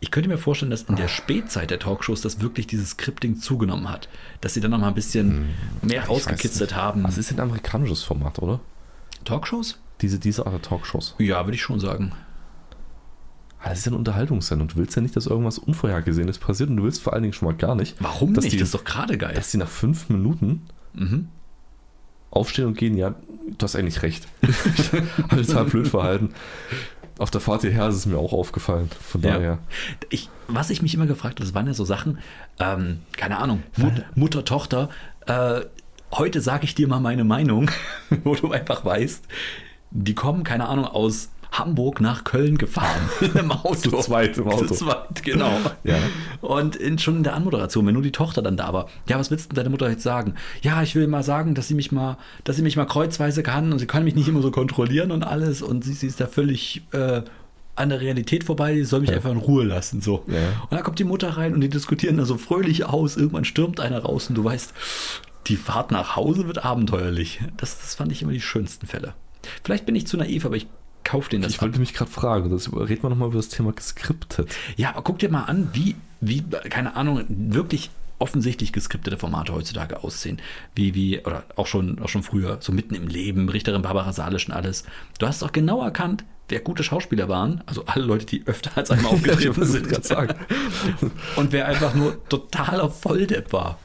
[SPEAKER 1] Ich könnte mir vorstellen, dass in der Spätzeit der Talkshows das wirklich dieses Scripting zugenommen hat. Dass sie dann noch mal ein bisschen
[SPEAKER 2] Hm.
[SPEAKER 1] mehr rausgekitzelt haben.
[SPEAKER 2] Das ist ein amerikanisches Format, oder?
[SPEAKER 1] Talkshows?
[SPEAKER 2] Diese, diese Art der Talkshows.
[SPEAKER 1] Ja, würde ich schon sagen.
[SPEAKER 2] Ah, Das ist ja eine Unterhaltungssendung. Du willst ja nicht, dass irgendwas Unvorhergesehenes passiert und du willst vor allen Dingen schon mal gar nicht,
[SPEAKER 1] Warum
[SPEAKER 2] Dass
[SPEAKER 1] nicht?
[SPEAKER 2] die-
[SPEAKER 1] das ist doch gerade geil.
[SPEAKER 2] dass die nach fünf Minuten
[SPEAKER 1] Mhm.
[SPEAKER 2] aufstehen und gehen. Ja, du hast eigentlich recht. *laughs* ich habe mich total blöd verhalten. Auf der Fahrt hierher ist es mir auch aufgefallen. Von
[SPEAKER 1] Ja.
[SPEAKER 2] daher.
[SPEAKER 1] Ich, was ich mich immer gefragt habe, das waren ja so Sachen, ähm, keine Ahnung, Mut, Mutter, Tochter, äh, heute sage ich dir mal meine Meinung, *laughs* wo du einfach weißt, die kommen, keine Ahnung, aus Hamburg nach Köln
[SPEAKER 2] *laughs*
[SPEAKER 1] gefahren *laughs* in einem Auto.
[SPEAKER 2] Zu zweit im Auto.
[SPEAKER 1] Zu zweit, genau.
[SPEAKER 2] *laughs* Ja.
[SPEAKER 1] Und in, schon in der Anmoderation, wenn nur die Tochter dann da war, ja, was willst du deine Mutter jetzt sagen? Ja, ich will mal sagen, dass sie mich mal, dass sie mich mal kreuzweise kann und sie kann mich nicht immer so kontrollieren und alles und sie, sie ist da völlig äh, an der Realität vorbei, sie soll mich einfach in Ruhe lassen. So.
[SPEAKER 2] Ja.
[SPEAKER 1] Und dann kommt die Mutter rein und die diskutieren da so fröhlich aus, irgendwann stürmt einer raus und du weißt, die Fahrt nach Hause wird abenteuerlich. Das, das fand ich immer die schönsten Fälle. Vielleicht bin ich zu naiv, aber ich kaufe den das
[SPEAKER 2] Ich wollte mich gerade fragen, das, reden wir nochmal über das Thema geskriptet.
[SPEAKER 1] ja, aber guck dir mal an, wie, wie, keine Ahnung, wirklich offensichtlich geskriptete Formate heutzutage aussehen. Wie, wie, oder auch schon, auch schon früher, so mitten im Leben, Richterin Barbara Salisch und alles. Du hast doch genau erkannt, wer gute Schauspieler waren, also alle Leute, die öfter als einmal
[SPEAKER 2] Ich
[SPEAKER 1] aufgetreten
[SPEAKER 2] wollte
[SPEAKER 1] sind,
[SPEAKER 2] grad sagen.
[SPEAKER 1] und wer einfach nur totaler Volldepp war.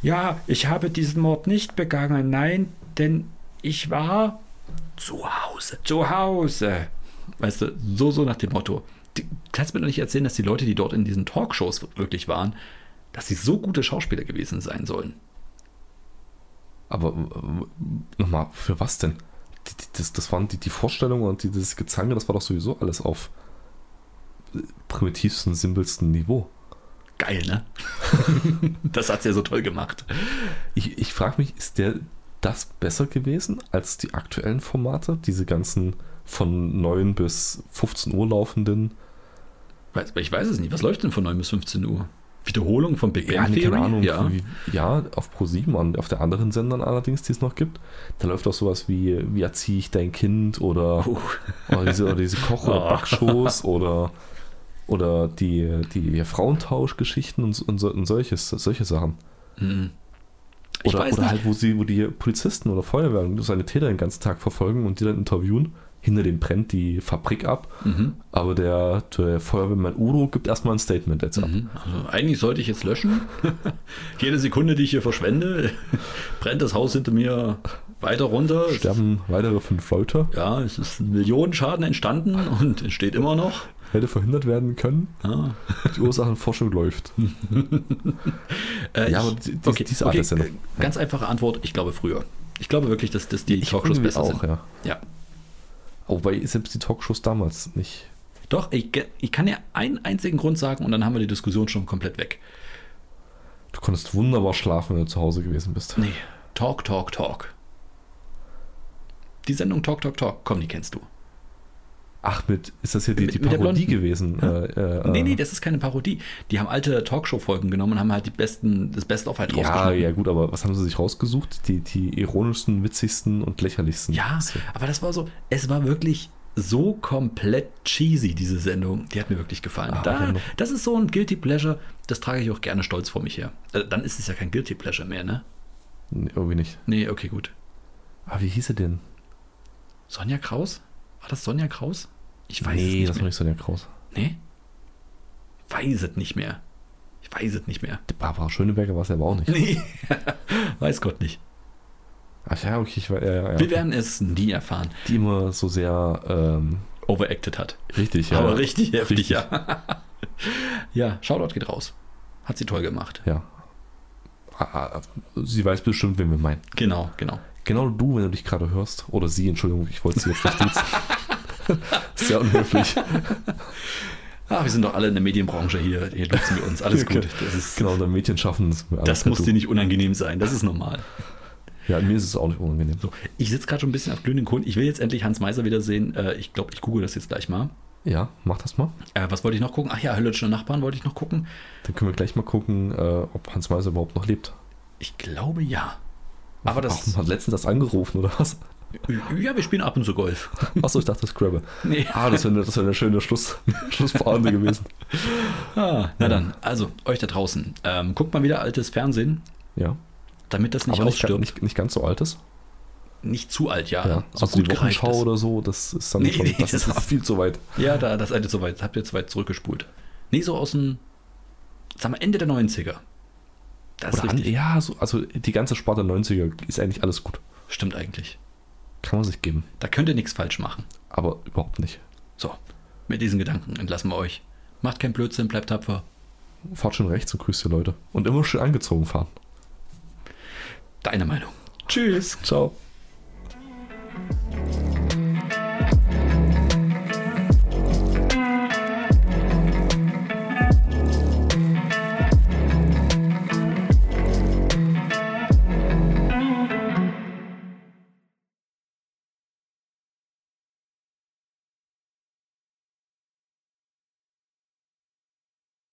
[SPEAKER 1] Ja, ich habe diesen Mord nicht begangen, nein, denn ich war zu Hause. Zu Hause. Weißt du, so, so nach dem Motto. Du kannst mir doch nicht erzählen, dass die Leute, die dort in diesen Talkshows wirklich waren, dass sie so gute Schauspieler gewesen sein sollen.
[SPEAKER 2] Aber äh, nochmal, für was denn? Die, die, das, das waren die, die Vorstellungen und die, dieses Gezange, das war doch sowieso alles auf äh, primitivsten, simpelsten Niveau.
[SPEAKER 1] Geil, *laughs* ne? das hat sie ja so toll gemacht.
[SPEAKER 2] Ich, ich frage mich, ist der das besser gewesen als die aktuellen Formate? Diese ganzen von 9 bis 15 Uhr laufenden?
[SPEAKER 1] Weiß, ich weiß es nicht. Was läuft denn von 9 bis 15 Uhr? Wiederholung von Big Bang
[SPEAKER 2] nee,
[SPEAKER 1] Theory?
[SPEAKER 2] keine Ahnung.
[SPEAKER 1] ja.
[SPEAKER 2] Wie, ja, auf ProSieben und auf der anderen Sendern allerdings, die es noch gibt. Da läuft auch sowas wie, wie erziehe ich dein Kind oder
[SPEAKER 1] Puh.
[SPEAKER 2] Oder diese, oder diese Koch-
[SPEAKER 1] *laughs*
[SPEAKER 2] oder
[SPEAKER 1] Oh.
[SPEAKER 2] Backshows oder, oder die, die Frauentauschgeschichten und, so- und, so- und solches, solche Sachen.
[SPEAKER 1] Hm. Ich
[SPEAKER 2] Oder,
[SPEAKER 1] weiß
[SPEAKER 2] oder
[SPEAKER 1] nicht.
[SPEAKER 2] halt, wo sie, wo die Polizisten oder Feuerwehr und seine Täter den ganzen Tag verfolgen und die dann interviewen. Hinter dem brennt die Fabrik ab,
[SPEAKER 1] Mhm.
[SPEAKER 2] aber der, der Feuerwehrmann Udo gibt erstmal ein Statement dazu ab.
[SPEAKER 1] Mhm. Also eigentlich sollte ich jetzt
[SPEAKER 2] *laughs*
[SPEAKER 1] löschen. Jede Sekunde, die ich hier verschwende, brennt das Haus hinter mir weiter runter.
[SPEAKER 2] Sterben weitere fünf Leute,
[SPEAKER 1] Ja, es ist ein Millionenschaden entstanden und entsteht immer noch.
[SPEAKER 2] hätte verhindert werden können.
[SPEAKER 1] Ja,
[SPEAKER 2] Die Ursachenforschung läuft.
[SPEAKER 1] äh,
[SPEAKER 2] Ja,
[SPEAKER 1] ich-
[SPEAKER 2] aber die- die- diese Art der Sendung.
[SPEAKER 1] äh, Ganz einfache Antwort, ich glaube früher. Ich glaube wirklich, dass, dass die Talkshows
[SPEAKER 2] Irgendwie
[SPEAKER 1] besser
[SPEAKER 2] auch,
[SPEAKER 1] sind.
[SPEAKER 2] ja.
[SPEAKER 1] Ja.
[SPEAKER 2] Wobei selbst die Talkshows damals nicht
[SPEAKER 1] Doch, ich, ge- ich kann ja einen einzigen Grund sagen und dann haben wir die Diskussion schon komplett weg.
[SPEAKER 2] Du konntest wunderbar schlafen, wenn du zu Hause gewesen bist.
[SPEAKER 1] Nee, Talk, Talk, Talk. Die Sendung Talk, Talk, Talk, komm, die kennst du.
[SPEAKER 2] Ach, mit, ist das hier die,
[SPEAKER 1] Mit-
[SPEAKER 2] die
[SPEAKER 1] mit der
[SPEAKER 2] Parodie
[SPEAKER 1] Blonden.
[SPEAKER 2] gewesen? Äh, äh,
[SPEAKER 1] Nee,
[SPEAKER 2] äh,
[SPEAKER 1] nee, das ist keine Parodie. Die haben alte Talkshow-Folgen genommen und haben halt die besten, das Best-of halt
[SPEAKER 2] äh, ja,
[SPEAKER 1] rausgeschnitten.
[SPEAKER 2] ja, gut, aber was haben sie sich rausgesucht? Die, die ironischsten, witzigsten und lächerlichsten.
[SPEAKER 1] Ja, aber das war so, es war wirklich so komplett cheesy, diese Sendung. Die hat mir wirklich gefallen.
[SPEAKER 2] Ah,
[SPEAKER 1] da,
[SPEAKER 2] ja, noch.
[SPEAKER 1] das ist so ein Guilty Pleasure, das trage ich auch gerne stolz vor mich her. Äh, Dann ist es ja kein Guilty Pleasure mehr, ne?
[SPEAKER 2] Nee, irgendwie nicht.
[SPEAKER 1] Nee, okay, gut.
[SPEAKER 2] Ah, wie hieß er denn?
[SPEAKER 1] Sonja Kraus? War das Sonja Kraus? Ich weiß
[SPEAKER 2] nee,
[SPEAKER 1] es nicht
[SPEAKER 2] das war
[SPEAKER 1] mehr.
[SPEAKER 2] nicht so der Kraus.
[SPEAKER 1] Nee? Ich weiß es nicht mehr. Ich weiß es nicht mehr. *laughs*
[SPEAKER 2] Die Barbara Schöneberger war es ja aber auch nicht.
[SPEAKER 1] Nee, weiß Gott nicht.
[SPEAKER 2] Ach ja, okay, ich war, ja, ja, ja.
[SPEAKER 1] Wir werden es nie erfahren.
[SPEAKER 2] die immer so sehr, ähm,
[SPEAKER 1] Overacted hat.
[SPEAKER 2] richtig, ja.
[SPEAKER 1] Aber richtig heftig,
[SPEAKER 2] Richtig.
[SPEAKER 1] ja. ja, Shoutout geht raus. Hat sie toll gemacht.
[SPEAKER 2] Ja. Ah, ah, Sie weiß bestimmt, wen wir meinen.
[SPEAKER 1] Genau, genau.
[SPEAKER 2] Genau du, wenn du dich gerade hörst. Oder sie, Entschuldigung, ich wollte sie jetzt nicht duzen. *laughs* Sehr unhöflich.
[SPEAKER 1] Ah, wir sind doch alle in der Medienbranche hier. Hier duzen wir uns. Alles *laughs* gut.
[SPEAKER 2] Das ist genau, der Mädchen schaffen das.
[SPEAKER 1] Das muss dir nicht unangenehm sein. Das ist normal.
[SPEAKER 2] Ja, mir ist es auch nicht unangenehm.
[SPEAKER 1] Ich sitze gerade schon ein bisschen auf glühenden Kohlen. Ich will jetzt endlich Hans Meiser wiedersehen. Äh, ich glaube, ich google das jetzt gleich mal.
[SPEAKER 2] Ja, mach das mal.
[SPEAKER 1] Äh, was wollte ich noch gucken? Ach ja, Hölle schöne Nachbarn wollte ich noch gucken.
[SPEAKER 2] Dann können wir gleich mal gucken, äh, ob Hans Meiser überhaupt noch lebt.
[SPEAKER 1] Ich glaube ja. Aber
[SPEAKER 2] Warum
[SPEAKER 1] das.
[SPEAKER 2] hat letztens das angerufen oder
[SPEAKER 1] *laughs*
[SPEAKER 2] was?
[SPEAKER 1] Ja, wir spielen ab und zu Golf.
[SPEAKER 2] Achso, ich dachte, das Scrabble.
[SPEAKER 1] Nee.
[SPEAKER 2] Ah, das wäre das wär eine schöne Schluss, *laughs* Schlussparade gewesen.
[SPEAKER 1] Ah, na dann, also euch da draußen. Ähm, guckt mal wieder altes Fernsehen,
[SPEAKER 2] Ja.
[SPEAKER 1] damit das nicht
[SPEAKER 2] Aber nicht, ga-
[SPEAKER 1] ausstirbt. Nicht,
[SPEAKER 2] nicht, nicht ganz so altes.
[SPEAKER 1] zu alt, ja.
[SPEAKER 2] Ja.
[SPEAKER 1] Ah, So
[SPEAKER 2] also
[SPEAKER 1] gut
[SPEAKER 2] die
[SPEAKER 1] gereicht
[SPEAKER 2] Wochenschau
[SPEAKER 1] ist.
[SPEAKER 2] oder so, das ist dann
[SPEAKER 1] Nee,
[SPEAKER 2] schon,
[SPEAKER 1] nee,
[SPEAKER 2] das,
[SPEAKER 1] das
[SPEAKER 2] ist
[SPEAKER 1] ist-
[SPEAKER 2] viel zu weit.
[SPEAKER 1] Ja, da, das alte zu weit. Habt ihr zu weit zurückgespult. Nee, so aus dem. Sag mal, Ende der 90er. Das
[SPEAKER 2] Oder
[SPEAKER 1] ist
[SPEAKER 2] an,
[SPEAKER 1] richtig.
[SPEAKER 2] ja, so, also die ganze Sparte 90er ist eigentlich alles gut.
[SPEAKER 1] Stimmt eigentlich.
[SPEAKER 2] Kann man sich geben.
[SPEAKER 1] Da könnt ihr nichts falsch machen.
[SPEAKER 2] Aber überhaupt nicht.
[SPEAKER 1] So, mit diesen Gedanken entlassen wir euch. Macht keinen Blödsinn, bleibt tapfer.
[SPEAKER 2] Fahrt schon rechts und grüßt die Leute. Und immer schön angezogen fahren.
[SPEAKER 1] Deine Meinung. Tschüss.
[SPEAKER 2] Ciao.